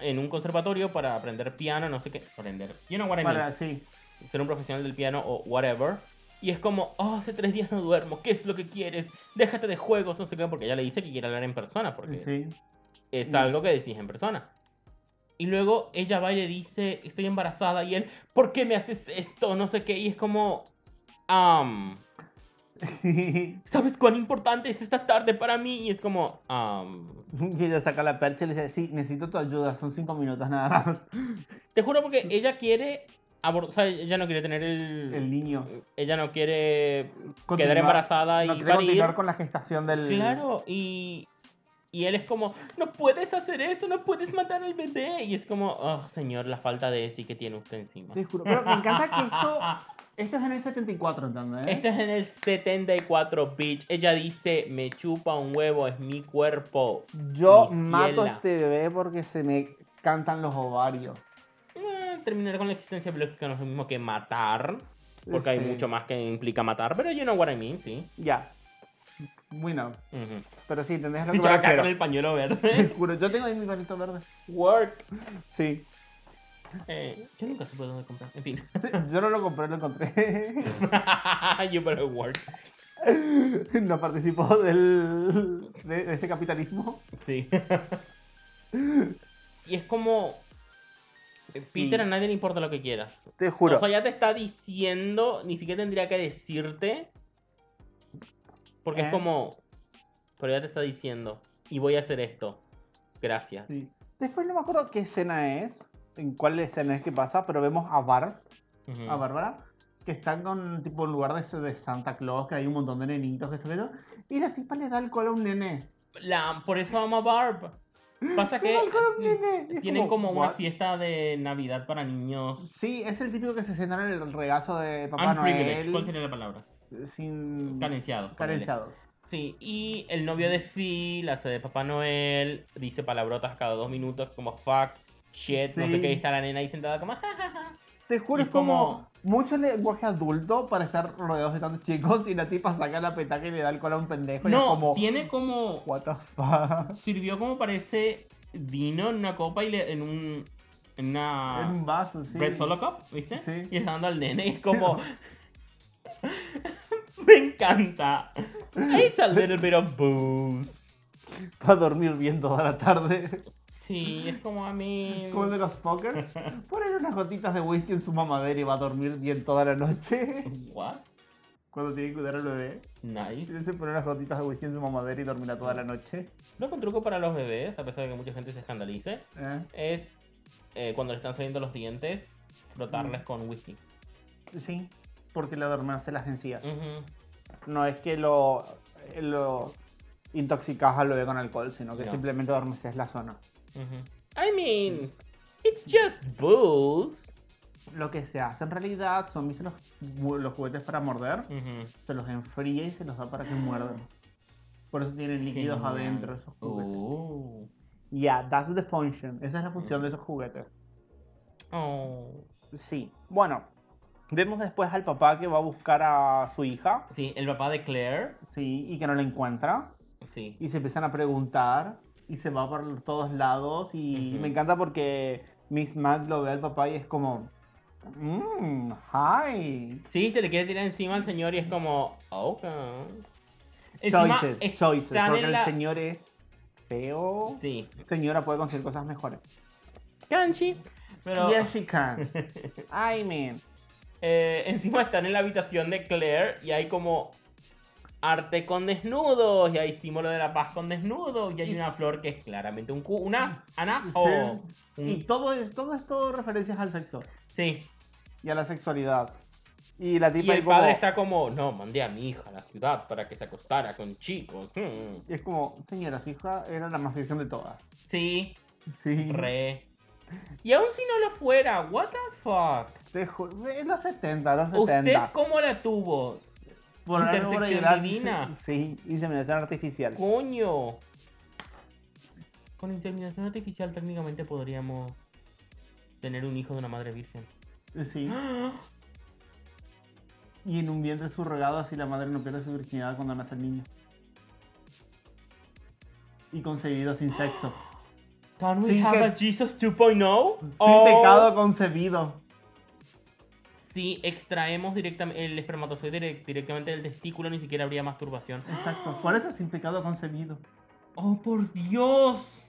[SPEAKER 3] en un conservatorio para aprender piano, no sé qué. Aprender. You know what I mean.
[SPEAKER 1] Para, sí.
[SPEAKER 3] Ser un profesional del piano o whatever. Y es como, oh, hace tres días no duermo. ¿Qué es lo que quieres? Déjate de juegos, no sé qué. Porque ya le dice que quiere hablar en persona. Porque
[SPEAKER 1] Sí.
[SPEAKER 3] es
[SPEAKER 1] Mm.
[SPEAKER 3] algo que decís en persona. Y luego ella va y le dice, estoy embarazada. Y él, ¿por qué me haces esto? No sé qué. Y es como, um, am,
[SPEAKER 1] y
[SPEAKER 3] ¿sabes cuán importante es esta tarde para mí? Y es como, am,
[SPEAKER 1] ella saca la percha y le dice, sí, necesito tu ayuda, son cinco minutos nada más.
[SPEAKER 3] te juro porque ella quiere, abor- o sea, ella no quiere tener el...
[SPEAKER 1] El niño.
[SPEAKER 3] Ella no quiere
[SPEAKER 1] Continuar-
[SPEAKER 3] Eh, quedar
[SPEAKER 1] No
[SPEAKER 3] embarazada y
[SPEAKER 1] quiere
[SPEAKER 3] parir.
[SPEAKER 1] continuar con la gestación del...
[SPEAKER 3] Claro, y... Y él es como, no puedes hacer eso, no puedes matar al bebé. Y es como, oh, señor, la falta de sí que tiene usted encima.
[SPEAKER 1] Te juro. Pero me encanta que esto... Esto es en el 74, ¿entendés?
[SPEAKER 3] Esto Este es en el 74, bitch. Ella dice, me chupa un huevo, es mi cuerpo.
[SPEAKER 1] Yo
[SPEAKER 3] Mi
[SPEAKER 1] mato a
[SPEAKER 3] ciela.
[SPEAKER 1] este bebé porque se me cantan los ovarios.
[SPEAKER 3] Eh, terminar con la existencia biológica no es lo mismo que matar. Porque hay
[SPEAKER 1] Sí.
[SPEAKER 3] mucho más que implica matar. Pero you know what I mean, sí.
[SPEAKER 1] Ya. Bueno,
[SPEAKER 3] Ujú.
[SPEAKER 1] pero sí, entendés lo que
[SPEAKER 3] Bitch,
[SPEAKER 1] me
[SPEAKER 3] acá con
[SPEAKER 1] refiero.
[SPEAKER 3] el pañuelo
[SPEAKER 1] Te
[SPEAKER 3] verde.
[SPEAKER 1] juro, yo tengo ahí mi palito verde.
[SPEAKER 3] Work.
[SPEAKER 1] Sí.
[SPEAKER 3] Eh, yo nunca supe dónde comprar. En fin.
[SPEAKER 1] Yo no lo compré, lo encontré.
[SPEAKER 3] you better work.
[SPEAKER 1] No participó del, de, de ese capitalismo.
[SPEAKER 3] Sí. y es como... eh, Peter,
[SPEAKER 1] Sí.
[SPEAKER 3] a nadie le importa lo que quieras.
[SPEAKER 1] Te Mm. juro.
[SPEAKER 3] O sea, ya te está diciendo, ni siquiera tendría que decirte. Porque
[SPEAKER 1] ¿Eh?
[SPEAKER 3] es como, pero ya te está diciendo, y voy a hacer esto. Gracias.
[SPEAKER 1] Sí. Después no me acuerdo qué escena es, en cuál escena es que pasa, pero vemos a Barb,
[SPEAKER 3] Ujú.
[SPEAKER 1] a Bárbara, que está con tipo un lugar de, ese de Santa Claus, que hay un montón de nenitos que están viendo, y la tipa le da alcohol a un nene.
[SPEAKER 3] La- por eso ama a Barb. Pasa
[SPEAKER 1] Le
[SPEAKER 3] que mm, eh,
[SPEAKER 1] da alcohol a un nene. Y es
[SPEAKER 3] tienen como una
[SPEAKER 1] "What?".
[SPEAKER 3] fiesta de Navidad para niños.
[SPEAKER 1] Sí, es el típico que se sentaron en el regazo de Papá
[SPEAKER 3] Unprivileged, ¿cuál
[SPEAKER 1] Noel.
[SPEAKER 3] sería la palabra?
[SPEAKER 1] Sin.
[SPEAKER 3] Carenciado. ponele.
[SPEAKER 1] Carenciado.
[SPEAKER 3] Sí, y el novio de Phil hace de Papá Noel, dice palabrotas cada dos minutos como fuck, shit, no
[SPEAKER 1] Sí.
[SPEAKER 3] sé qué, y está la nena ahí sentada como "Ja, ja, ja".
[SPEAKER 1] Te juro,
[SPEAKER 3] Y
[SPEAKER 1] es como mucho lenguaje adulto para estar rodeados de tantos chicos y la tipa saca la petaca y le da alcohol a un pendejo. y es
[SPEAKER 3] No,
[SPEAKER 1] como,
[SPEAKER 3] tiene como.
[SPEAKER 1] what the fuck.
[SPEAKER 3] Sirvió como parece vino en una copa y le- en un. En
[SPEAKER 1] En
[SPEAKER 3] una.
[SPEAKER 1] un vaso, sí.
[SPEAKER 3] Red Ah. Solo Cup, ¿viste?
[SPEAKER 1] Sí.
[SPEAKER 3] Y está dando al nene y es como. Me encanta. It's a little bit of booze.
[SPEAKER 1] Para dormir bien toda la tarde.
[SPEAKER 3] Sí, es como a mí.
[SPEAKER 1] Como el de los pokers. Ponen unas gotitas de whisky en su mamadera y va a dormir bien toda la noche.
[SPEAKER 3] What?
[SPEAKER 1] Cuando tiene que cuidar al bebé.
[SPEAKER 3] Nice.
[SPEAKER 1] Tienen que poner unas gotitas de whisky en su mamadera y dormirá toda la noche.
[SPEAKER 3] Creo que un truco para los bebés, a pesar de que mucha gente se escandalice,
[SPEAKER 1] ¿Eh?
[SPEAKER 3] es eh, cuando le están saliendo los dientes,
[SPEAKER 1] Mm.
[SPEAKER 3] frotarles con whisky.
[SPEAKER 1] Sí, porque le adormece las encías.
[SPEAKER 3] Ujú.
[SPEAKER 1] No es que lo, lo intoxicas al bebé con alcohol, sino que
[SPEAKER 3] No.
[SPEAKER 1] simplemente adormeces la zona.
[SPEAKER 3] I mean, it's just booze.
[SPEAKER 1] Lo que se hace en realidad son, ¿viste los, ju- los juguetes para morder? Se los enfría y se los da para que muerdan. Por eso tienen líquidos
[SPEAKER 3] Genial.
[SPEAKER 1] adentro esos juguetes.
[SPEAKER 3] Oh.
[SPEAKER 1] Yeah, that's the function. Esa es la función de esos juguetes.
[SPEAKER 3] Oh.
[SPEAKER 1] Sí. Bueno, vemos después al papá que va a buscar a su hija.
[SPEAKER 3] Sí, el papá de Claire.
[SPEAKER 1] Sí, y que no la encuentra.
[SPEAKER 3] Sí.
[SPEAKER 1] y se empiezan a preguntar y se va por todos lados y
[SPEAKER 3] Ujú.
[SPEAKER 1] me encanta porque Miss Mac lo ve al papá y es como mmm, hi
[SPEAKER 3] Sí, se le quiere tirar encima al señor y es como, ok. Encima,
[SPEAKER 1] choices
[SPEAKER 3] están
[SPEAKER 1] choices porque
[SPEAKER 3] en
[SPEAKER 1] el
[SPEAKER 3] la-
[SPEAKER 1] señor es feo
[SPEAKER 3] Sí,
[SPEAKER 1] señora puede conseguir cosas mejores
[SPEAKER 2] Kanchi. Pero
[SPEAKER 1] Yes, she can. I mean.
[SPEAKER 2] eh, encima están en la habitación de Claire y hay como arte con desnudos y hay símbolo de la paz con desnudos y hay una flor que es claramente un cu, una anazo. Mm.
[SPEAKER 1] Y todo es, todo es todo referencias al sexo
[SPEAKER 2] Sí.
[SPEAKER 1] y a la sexualidad. Y la
[SPEAKER 2] Y
[SPEAKER 1] tipa ahí
[SPEAKER 2] el
[SPEAKER 1] como-
[SPEAKER 2] padre está como, no, mandé a mi hija a la ciudad para que se acostara con chicos. Mm.
[SPEAKER 1] y es como, señora, su hija era la más virgen de todas.
[SPEAKER 2] Sí,
[SPEAKER 1] Sí.
[SPEAKER 2] re. Y aún si no lo fuera, what the fuck.
[SPEAKER 1] Te ju- Es los 70, los 70.
[SPEAKER 2] ¿Usted cómo la tuvo?
[SPEAKER 1] Por la
[SPEAKER 2] intersección
[SPEAKER 1] neuroidad-
[SPEAKER 2] divina?
[SPEAKER 1] Sí, inseminación artificial.
[SPEAKER 2] Coño. Con inseminación artificial técnicamente podríamos tener un hijo de una madre virgen.
[SPEAKER 1] Sí. Y en un vientre subrogado así la madre no pierde su virginidad cuando nace el niño. Y concebido sin sexo.
[SPEAKER 2] Can we
[SPEAKER 1] Sin
[SPEAKER 2] have
[SPEAKER 1] pe-
[SPEAKER 2] a Jesus 2.0?
[SPEAKER 1] Sin
[SPEAKER 2] Oh.
[SPEAKER 1] pecado concebido.
[SPEAKER 2] Si extraemos directamente el espermatozoide direct- directamente del testículo, ni siquiera habría masturbación.
[SPEAKER 1] Exacto. Por eso sin pecado concebido.
[SPEAKER 2] ¡Oh, por Dios!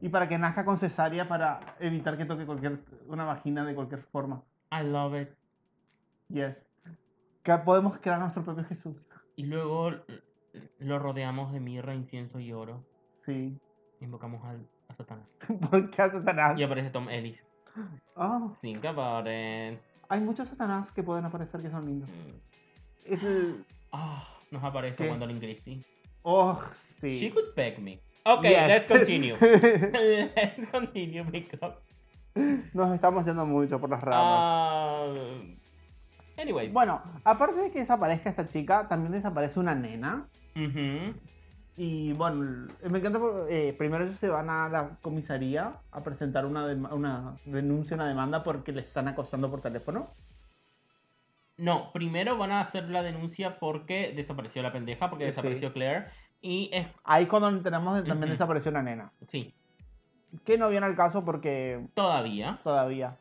[SPEAKER 1] Y para que nazca con cesárea para evitar que toque cualquier una vagina de cualquier forma.
[SPEAKER 2] I love it.
[SPEAKER 1] Yes. Que podemos crear nuestro propio Jesús.
[SPEAKER 2] Y luego l- lo rodeamos de mirra, incienso y oro.
[SPEAKER 1] Sí.
[SPEAKER 2] Invocamos al, a Satanás.
[SPEAKER 1] ¿Por qué a Satanás?
[SPEAKER 2] Y aparece Tom Ellis.
[SPEAKER 1] Oh,
[SPEAKER 2] Think about it.
[SPEAKER 1] hay muchos Satanás que pueden aparecer que son lindos.
[SPEAKER 2] Mm.
[SPEAKER 1] Es el-
[SPEAKER 2] Ah, nos aparece
[SPEAKER 1] ¿Qué?
[SPEAKER 2] Gwendolyn Christie.
[SPEAKER 1] Oh,
[SPEAKER 2] She
[SPEAKER 1] sí.
[SPEAKER 2] could peg me. Okay,
[SPEAKER 1] Yes.
[SPEAKER 2] let's continue. let's continue because.
[SPEAKER 1] Nos estamos yendo mucho por las
[SPEAKER 2] Ah.
[SPEAKER 1] ramas.
[SPEAKER 2] Um, anyway.
[SPEAKER 1] Bueno, aparte de que desaparezca esta chica, también desaparece una nena.
[SPEAKER 2] Ujú.
[SPEAKER 1] Y bueno, me encanta porque eh, primero ellos se van a la comisaría a presentar una, dem- una denuncia, una demanda porque le están acostando por teléfono.
[SPEAKER 2] No, primero van a hacer la denuncia porque desapareció la pendeja, porque
[SPEAKER 1] Sí.
[SPEAKER 2] desapareció Claire. Y es.
[SPEAKER 1] Ahí cuando enteramos de- también
[SPEAKER 2] Ujú.
[SPEAKER 1] desapareció una nena.
[SPEAKER 2] Sí,
[SPEAKER 1] Que no viene al caso porque
[SPEAKER 2] todavía.
[SPEAKER 1] todavía...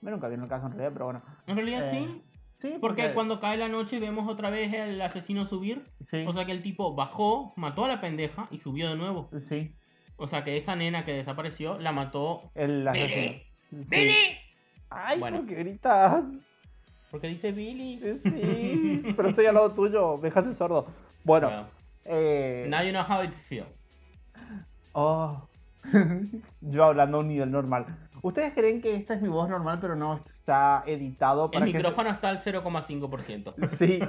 [SPEAKER 1] Bueno, nunca viene al caso en realidad, pero bueno.
[SPEAKER 2] En realidad
[SPEAKER 1] Eh,
[SPEAKER 2] sí.
[SPEAKER 1] Sí,
[SPEAKER 2] Porque cuando cae la noche vemos otra vez al asesino subir.
[SPEAKER 1] Sí,
[SPEAKER 2] O sea que el tipo bajó, mató a la pendeja y subió de nuevo.
[SPEAKER 1] sí,
[SPEAKER 2] O sea que esa nena que desapareció la mató.
[SPEAKER 1] el asesino. Sí.
[SPEAKER 4] ¡Billy!
[SPEAKER 1] ¡Ay,
[SPEAKER 2] Bueno.
[SPEAKER 1] ¿por qué gritas!
[SPEAKER 2] Porque dice Billy.
[SPEAKER 1] Sí, pero estoy al lado tuyo, me dejaste sordo. Bueno,
[SPEAKER 2] Bueno,
[SPEAKER 1] eh...
[SPEAKER 2] now you know how it feels.
[SPEAKER 1] Oh. Yo hablando a un nivel normal. ¿Ustedes creen que esta es mi voz normal, pero no está editado
[SPEAKER 2] El
[SPEAKER 1] para que...
[SPEAKER 2] micrófono está al 0,5%.
[SPEAKER 1] Sí,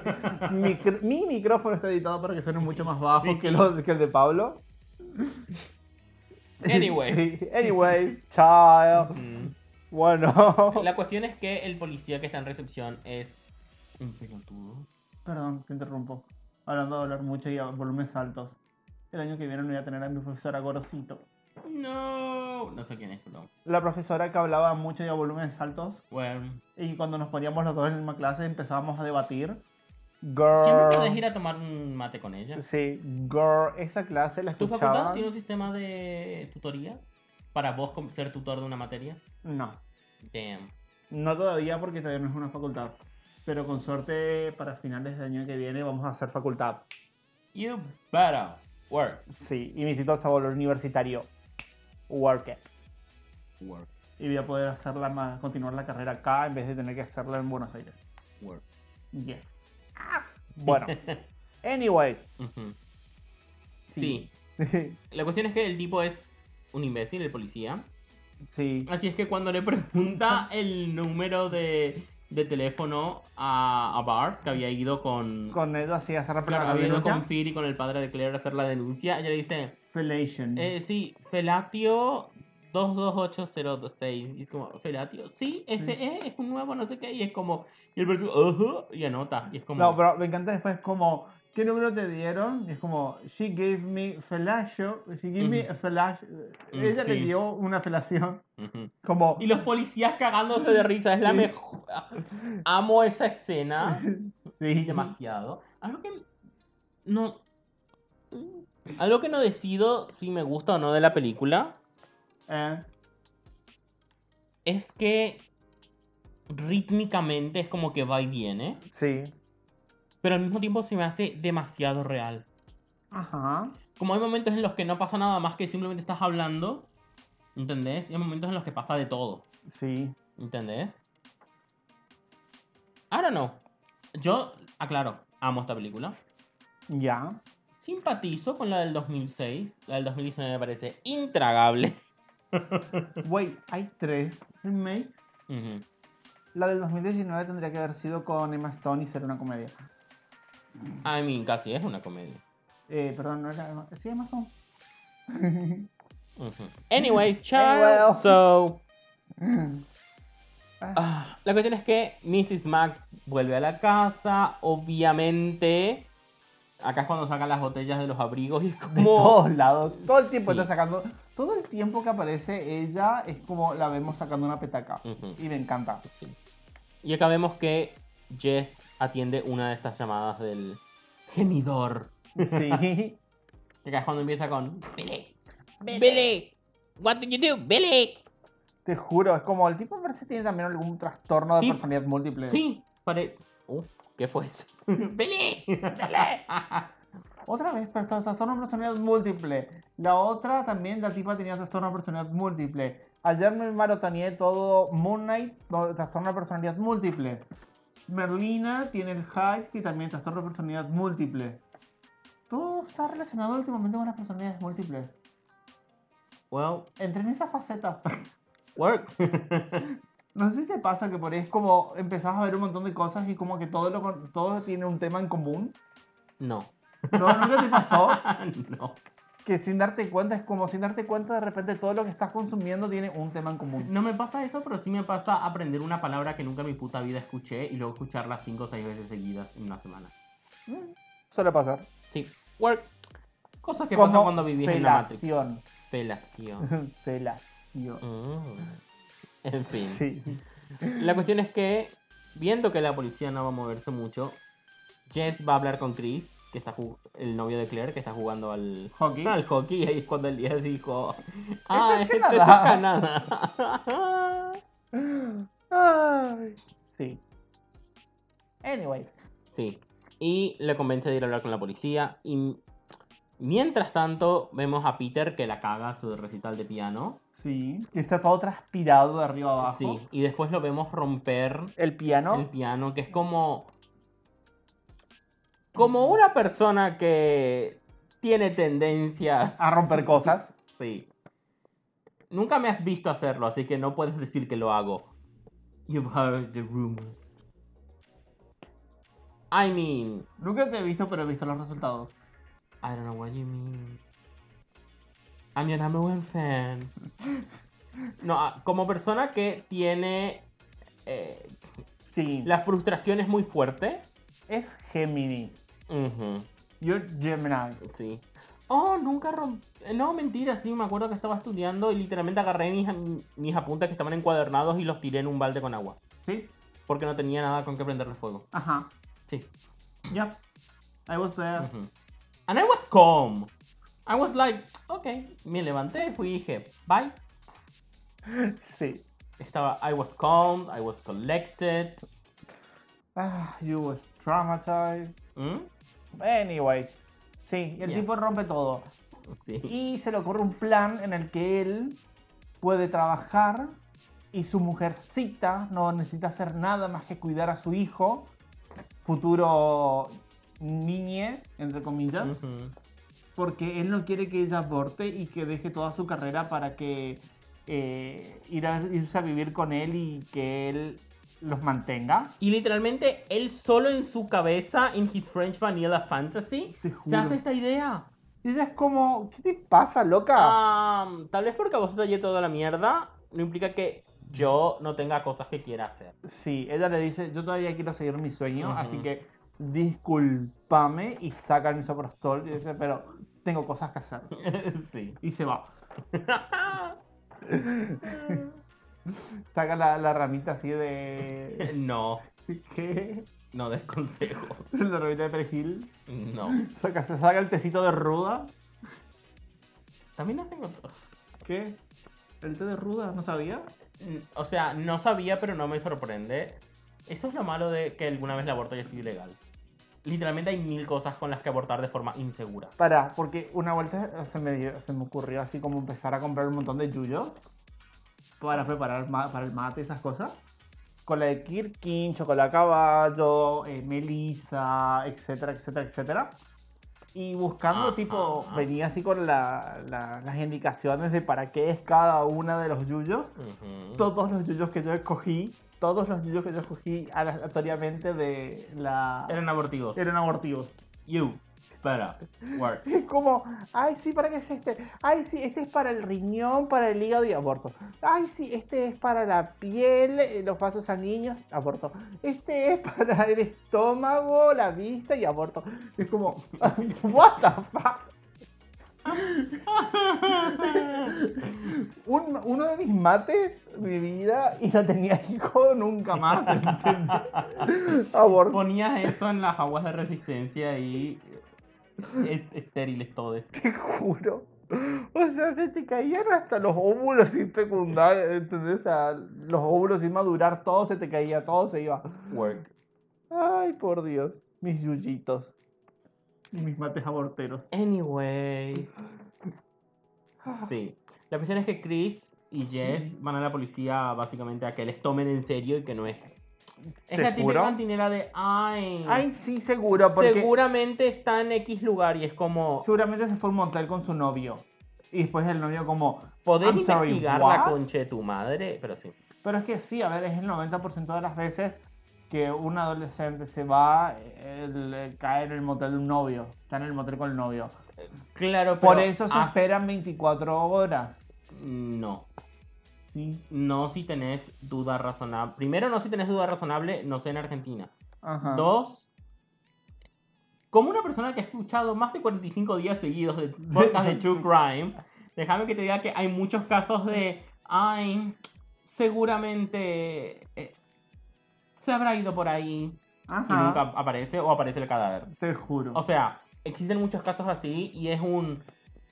[SPEAKER 1] micr- mi micrófono está editado para que suene mucho más bajo que, lo- que el de Pablo.
[SPEAKER 2] Anyway.
[SPEAKER 1] Sí, Anyway, chao.
[SPEAKER 2] Mm.
[SPEAKER 1] Bueno.
[SPEAKER 2] La cuestión es que el policía que está en recepción es un pelotudo.
[SPEAKER 1] Perdón, te interrumpo. Hablando de hablar mucho y a volúmenes altos. El año que viene voy a tener a mi profesora Gorosito.
[SPEAKER 2] No, no sé quién es, pero
[SPEAKER 1] La profesora que hablaba mucho y a volúmenes altos.
[SPEAKER 2] bueno.
[SPEAKER 1] Y cuando nos poníamos los dos en la misma clase empezábamos a debatir.
[SPEAKER 2] Siempre puedes
[SPEAKER 1] Girl.
[SPEAKER 2] ir a tomar un mate con ella.
[SPEAKER 1] Sí, girl. Esa clase la
[SPEAKER 2] ¿Tu facultad
[SPEAKER 1] escuchaba.
[SPEAKER 2] tiene un sistema de tutoría para vos com- ser tutor de una materia?
[SPEAKER 1] No,
[SPEAKER 2] Damn.
[SPEAKER 1] no todavía porque todavía no es una facultad. Pero con suerte para finales del año que viene vamos a hacer facultad.
[SPEAKER 2] You better work.
[SPEAKER 1] Sí, y mi título se va a volver universitario. Work it.
[SPEAKER 2] Work,
[SPEAKER 1] Y voy a poder hacerla más, continuar la carrera acá en vez de tener que hacerla en Buenos Aires.
[SPEAKER 2] work.
[SPEAKER 1] Yes. Ah, Bueno. Anyways.
[SPEAKER 2] Ujú.
[SPEAKER 1] Sí.
[SPEAKER 2] Sí. La cuestión es que el tipo es un imbécil, el policía.
[SPEAKER 1] sí.
[SPEAKER 2] Así es que cuando le pregunta el número de, de teléfono a, a Bart, que había ido con.
[SPEAKER 1] Con eso así hacer la
[SPEAKER 2] claro, había ido
[SPEAKER 1] denuncia.
[SPEAKER 2] con Piri, con el padre de Claire a hacer la denuncia, ella le dice:
[SPEAKER 1] Felation.
[SPEAKER 2] eh, Sí, Felatio 228026. Y es como, Felatio, sí, ese es, es un nuevo, no sé qué. Y es como, y el perro, "Ujú", y anota. Y es como,
[SPEAKER 1] No, pero me encanta después como, ¿qué número te dieron? Y es como, she gave me felatio, she gave me a felatio. Ella le
[SPEAKER 2] Mm, sí.
[SPEAKER 1] dio una felación.
[SPEAKER 2] "Ujú".
[SPEAKER 1] Como,
[SPEAKER 2] Y los policías cagándose de risa, es la
[SPEAKER 1] Sí.
[SPEAKER 2] mejor. Amo esa escena.
[SPEAKER 1] sí,
[SPEAKER 2] demasiado. Algo que no. Algo que no decido si me gusta o no de la película
[SPEAKER 1] Eh,
[SPEAKER 2] es que rítmicamente es como que va y viene,
[SPEAKER 1] sí.
[SPEAKER 2] pero al mismo tiempo se me hace demasiado real.
[SPEAKER 1] Ajá.
[SPEAKER 2] Como hay momentos en los que no pasa nada más que simplemente estás hablando ¿Entendés? Y hay momentos en los que pasa de todo.
[SPEAKER 1] Sí.
[SPEAKER 2] ¿Entendés? I don't know. Yo, aclaro, amo esta película.
[SPEAKER 1] Ya.
[SPEAKER 2] Simpatizo con la del 2006. La del 2019 me parece intragable.
[SPEAKER 1] Wait, hay tres remakes.
[SPEAKER 2] Ujú.
[SPEAKER 1] La del 2019 tendría que haber sido con Emma Stone y ser una comedia.
[SPEAKER 2] I mean, casi es una comedia.
[SPEAKER 1] Eh, perdón, no era Emma. Sí, Emma Stone.
[SPEAKER 2] Ujú. Anyways, child.
[SPEAKER 1] Anyway.
[SPEAKER 2] So.
[SPEAKER 1] Ah.
[SPEAKER 2] Ah, la cuestión es que Mrs. Max vuelve a la casa. Obviamente. Acá es cuando sacan las botellas de los abrigos y es
[SPEAKER 1] De
[SPEAKER 2] como.
[SPEAKER 1] todos lados. Todo el tiempo
[SPEAKER 2] Sí.
[SPEAKER 1] está sacando. Todo el tiempo que aparece ella es como la vemos sacando una petaca.
[SPEAKER 2] Ujú.
[SPEAKER 1] Y me encanta.
[SPEAKER 2] Sí. Y acá vemos que Jess atiende una de estas llamadas del gemidor.
[SPEAKER 1] Sí.
[SPEAKER 2] Y acá es cuando empieza con. "Billy,
[SPEAKER 5] Billy, what did you do, Billy?
[SPEAKER 1] Te juro, es como el tipo parece que tiene también algún trastorno de
[SPEAKER 2] Sí.
[SPEAKER 1] personalidad múltiple.
[SPEAKER 2] Sí, parece. ¿Qué fue eso?
[SPEAKER 5] Billy, Billy.
[SPEAKER 1] Otra vez, pero trastorno de personalidad múltiple. La otra también, la tipa tenía trastorno de personalidad múltiple. Ayer me maratoneé todo Moon Knight, todo trastorno de personalidad múltiple. Merlina tiene el Hyde, que también es trastorno de personalidad múltiple. Todo está relacionado últimamente con las personalidades múltiples.
[SPEAKER 2] Well,
[SPEAKER 1] Entré en esa faceta.
[SPEAKER 2] work.
[SPEAKER 1] No sé si te pasa que por ahí es como empezás a ver un montón de cosas y como que todo, lo, con- todo tiene un tema en común.
[SPEAKER 2] No.
[SPEAKER 1] ¿No, ¿Nunca te pasó?
[SPEAKER 2] Ah, no.
[SPEAKER 1] que sin darte cuenta, es como sin darte cuenta, de repente todo lo que estás consumiendo tiene un tema en común.
[SPEAKER 2] No me pasa eso, pero sí me pasa aprender una palabra que nunca en mi puta vida escuché y luego escucharla cinco o seis veces seguidas en una semana.
[SPEAKER 1] Mm, Suele pasar.
[SPEAKER 2] Sí, work. Cosas que
[SPEAKER 1] Como
[SPEAKER 2] pasan cuando vivís en la Matrix.
[SPEAKER 1] felación.
[SPEAKER 2] Pelación.
[SPEAKER 1] Felación.
[SPEAKER 2] Mm. En fin.
[SPEAKER 1] Sí.
[SPEAKER 2] La cuestión es que, viendo que la policía no va a moverse mucho, Jess va a hablar con Chris, que está ju- el novio de Claire, que está jugando al
[SPEAKER 1] Hockey.
[SPEAKER 2] al hockey, y ahí es cuando Elías dijo, ah,
[SPEAKER 1] es
[SPEAKER 2] este es
[SPEAKER 1] Canadá".
[SPEAKER 2] Canadá.
[SPEAKER 1] Ay, sí. Anyway.
[SPEAKER 2] sí. Y le convence de ir a hablar con la policía. Y mientras tanto, vemos a Peter que la caga en su recital de piano.
[SPEAKER 1] Sí. Que está todo transpirado de arriba a abajo.
[SPEAKER 2] Sí. Y después lo vemos romper
[SPEAKER 1] El piano.
[SPEAKER 2] el piano, que es como. Como una persona que tiene tendencia.
[SPEAKER 1] A romper cosas.
[SPEAKER 2] Sí. Nunca me has visto hacerlo, así que no puedes decir que lo hago. You've heard the rumors. I mean,
[SPEAKER 1] Nunca te he visto, pero he visto los resultados.
[SPEAKER 2] I don't know what you mean. I'm your number one fan. No, ah, como persona que tiene. eh,
[SPEAKER 1] Sí.
[SPEAKER 2] la frustración es muy fuerte.
[SPEAKER 1] Es Gemini.
[SPEAKER 2] Ujú.
[SPEAKER 1] You're Gemini.
[SPEAKER 2] Sí. Oh, nunca rompí. No, mentira, sí, me acuerdo que estaba estudiando y literalmente agarré mis, mis apuntes que estaban encuadernados y los tiré en un balde con agua.
[SPEAKER 1] Sí.
[SPEAKER 2] Porque no tenía nada con que prenderle fuego.
[SPEAKER 1] Ajá.
[SPEAKER 2] Sí.
[SPEAKER 1] Yep. I was there.
[SPEAKER 2] Ujú. And I was calm. I was like, ok. Me levanté, fui y dije, bye.
[SPEAKER 1] Sí.
[SPEAKER 2] Estaba, I was calm, I was collected.
[SPEAKER 1] Ah, you was traumatized.
[SPEAKER 2] ¿Mm?
[SPEAKER 1] Anyway. Sí, y el
[SPEAKER 2] Yeah.
[SPEAKER 1] tipo rompe todo.
[SPEAKER 2] Sí.
[SPEAKER 1] Y se le ocurre un plan en el que él puede trabajar y su mujercita no necesita hacer nada más que cuidar a su hijo, futuro niñe, entre comillas,
[SPEAKER 2] Ujú.
[SPEAKER 1] porque él no quiere que ella aborte y que deje toda su carrera para que eh, ir a- irse a vivir con él y que él los mantenga.
[SPEAKER 2] Y literalmente él solo en su cabeza, in his French Vanilla Fantasy,
[SPEAKER 1] Te
[SPEAKER 2] se
[SPEAKER 1] juro.
[SPEAKER 2] hace esta idea.
[SPEAKER 1] Y ella es como, ¿qué te pasa, loca?
[SPEAKER 2] Ah,
[SPEAKER 1] Ah.
[SPEAKER 2] Am, Um, tal vez porque a vosotros ya toda la mierda, no implica que yo no tenga cosas que quiera hacer.
[SPEAKER 1] Sí, ella le dice, yo todavía quiero seguir mi sueño,
[SPEAKER 2] Ujú.
[SPEAKER 1] así que discúlpame y saca el misoprostol y dice, pero tengo cosas que hacer.
[SPEAKER 2] sí.
[SPEAKER 1] Y se va. Saca la, la ramita así de...
[SPEAKER 2] No,
[SPEAKER 1] ¿Qué?
[SPEAKER 2] no des consejo.
[SPEAKER 1] La ramita de perejil.
[SPEAKER 2] No.
[SPEAKER 1] Saca, se saca el tecito de ruda.
[SPEAKER 2] También hacen cosas.
[SPEAKER 1] ¿Qué? ¿El té de ruda? ¿No sabía?
[SPEAKER 2] O sea, no sabía, pero no me sorprende. Eso es lo malo de que alguna vez el aborto ya es ilegal.
[SPEAKER 3] literalmente hay mil cosas con las que abortar de forma insegura.
[SPEAKER 1] Para, porque una vuelta se me, dio- se me ocurrió así como empezar a comprar un montón de yuyos para preparar ma- para el mate y esas cosas. Con la de Kirkin, chocolate caballo, eh, melisa, etcétera, etcétera, etcétera. Y buscando,
[SPEAKER 3] Ajá.
[SPEAKER 1] tipo, venía así con la- la- las indicaciones de para qué es cada una de los yuyos.
[SPEAKER 2] Mm.
[SPEAKER 1] Todos los yuyos que yo escogí, todos los yuyos que yo escogí aleatoriamente de la...
[SPEAKER 3] Eran abortivos.
[SPEAKER 1] eran abortivos.
[SPEAKER 3] You. Para. Word.
[SPEAKER 1] Es como, ay, sí, ¿para qué es este? Ay, sí, este es para el riñón, para el hígado y aborto. Ay, sí, este es para la piel, eh, los vasos sanguíneos, aborto. Este es para el estómago, la vista y aborto. Es como, what the fuck? Un- uno de mis mates, mi vida, y no tenía hijo nunca más. ¿entendés? aborto.
[SPEAKER 3] Ponías eso en las aguas de resistencia y eh, estériles todos.
[SPEAKER 1] Te juro. O sea, se te caían hasta los óvulos sin fecundar, ¿entendés? O sea, los óvulos sin madurar, todo se te caía, todo se iba.
[SPEAKER 3] Work.
[SPEAKER 1] Ay, por Dios. Mis yuyitos. Y mis mates aborteros.
[SPEAKER 3] Anyways. Sí. La cuestión es que Chris y Jess van a la policía básicamente a que les tomen en serio y que no es. Es la típica
[SPEAKER 1] ¿Seguro?
[SPEAKER 3] cantinera de ay.
[SPEAKER 1] Mm. Ay, sí, seguro, porque
[SPEAKER 3] Seguramente está en X lugar y es como.
[SPEAKER 1] seguramente se fue a un motel con su novio. Y después el novio como,
[SPEAKER 3] Podés
[SPEAKER 1] I'm sorry,
[SPEAKER 3] investigar
[SPEAKER 1] what?
[SPEAKER 3] la concha de tu madre, pero sí.
[SPEAKER 1] Pero es que sí, a ver, es el 90% de las veces que un adolescente se va, él, eh, cae en el motel de un novio, está en el motel con el novio.
[SPEAKER 3] Claro, pero
[SPEAKER 1] Por eso se
[SPEAKER 3] as-
[SPEAKER 1] esperan 24 horas.
[SPEAKER 3] No.
[SPEAKER 1] Sí.
[SPEAKER 3] No si tenés duda razonable. Primero, no si tenés duda razonable, no sé en Argentina.
[SPEAKER 1] Ajá.
[SPEAKER 3] Dos, como una persona que ha escuchado más de 45 días seguidos de podcast de True Crime, déjame que te diga que hay muchos casos de, ay, seguramente eh, se habrá ido por ahí y
[SPEAKER 1] Ajá.
[SPEAKER 3] nunca aparece o aparece el cadáver.
[SPEAKER 1] Te juro.
[SPEAKER 3] O sea, existen muchos casos así y es un,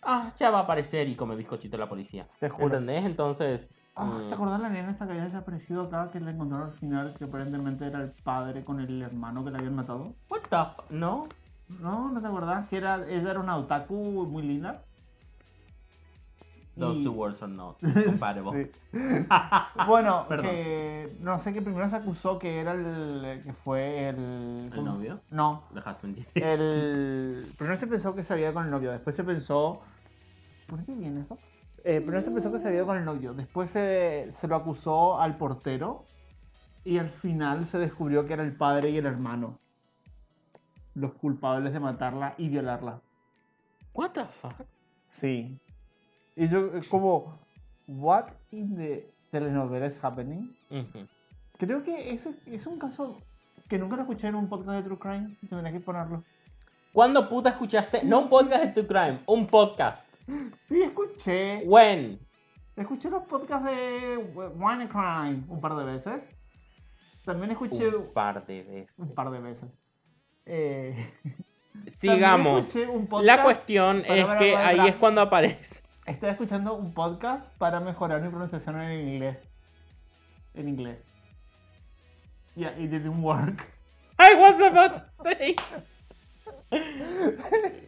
[SPEAKER 3] ah, ya va a aparecer y come bizcochito la policía.
[SPEAKER 1] te juro.
[SPEAKER 3] ¿Entendés? Entonces...
[SPEAKER 1] Ah,
[SPEAKER 3] mm,
[SPEAKER 1] ¿Te acordás la nena esa que había desaparecido acá que la encontraron al final que aparentemente era el padre con el hermano que la habían matado?
[SPEAKER 3] What the f ¿No?
[SPEAKER 1] No, ¿no te acordás? Que era, ella era una otaku muy linda.
[SPEAKER 3] Those
[SPEAKER 1] Y-
[SPEAKER 3] two words are not compatible.
[SPEAKER 1] Sí. Bueno,
[SPEAKER 3] Perdón.
[SPEAKER 1] que no sé que primero se acusó que era el que fue el
[SPEAKER 3] ¿El novio?
[SPEAKER 1] No,
[SPEAKER 3] The husband.
[SPEAKER 1] el primero se pensó que se había ido con el novio, después se pensó ¿Por qué viene eso? Eh, primero se pensó que se había ido con el novio, después se, se lo acusó al portero y al final se descubrió que era el padre y el hermano los culpables de matarla y violarla.
[SPEAKER 3] What the fuck?
[SPEAKER 1] Sí. Y yo eh, como what in the telenovela is happening? Creo que ese es un caso que nunca lo escuché en un podcast de True Crime. Tendría que ponerlo.
[SPEAKER 3] ¿Cuándo puta escuchaste? No un podcast de True Crime, un podcast.
[SPEAKER 1] Sí, escuché.
[SPEAKER 3] When?
[SPEAKER 1] Escuché los podcasts de One Crime un par de veces. También escuché
[SPEAKER 3] Un par de veces.
[SPEAKER 1] un par de veces. Eh,
[SPEAKER 3] Sigamos.
[SPEAKER 1] también escuché un podcast-
[SPEAKER 3] La cuestión
[SPEAKER 1] Para,
[SPEAKER 3] es
[SPEAKER 1] para,
[SPEAKER 3] que
[SPEAKER 1] para,
[SPEAKER 3] ahí
[SPEAKER 1] para.
[SPEAKER 3] es cuando aparece.
[SPEAKER 1] Estaba escuchando un podcast para mejorar mi pronunciación en inglés. En inglés. Yeah, it didn't work.
[SPEAKER 3] I was about to say.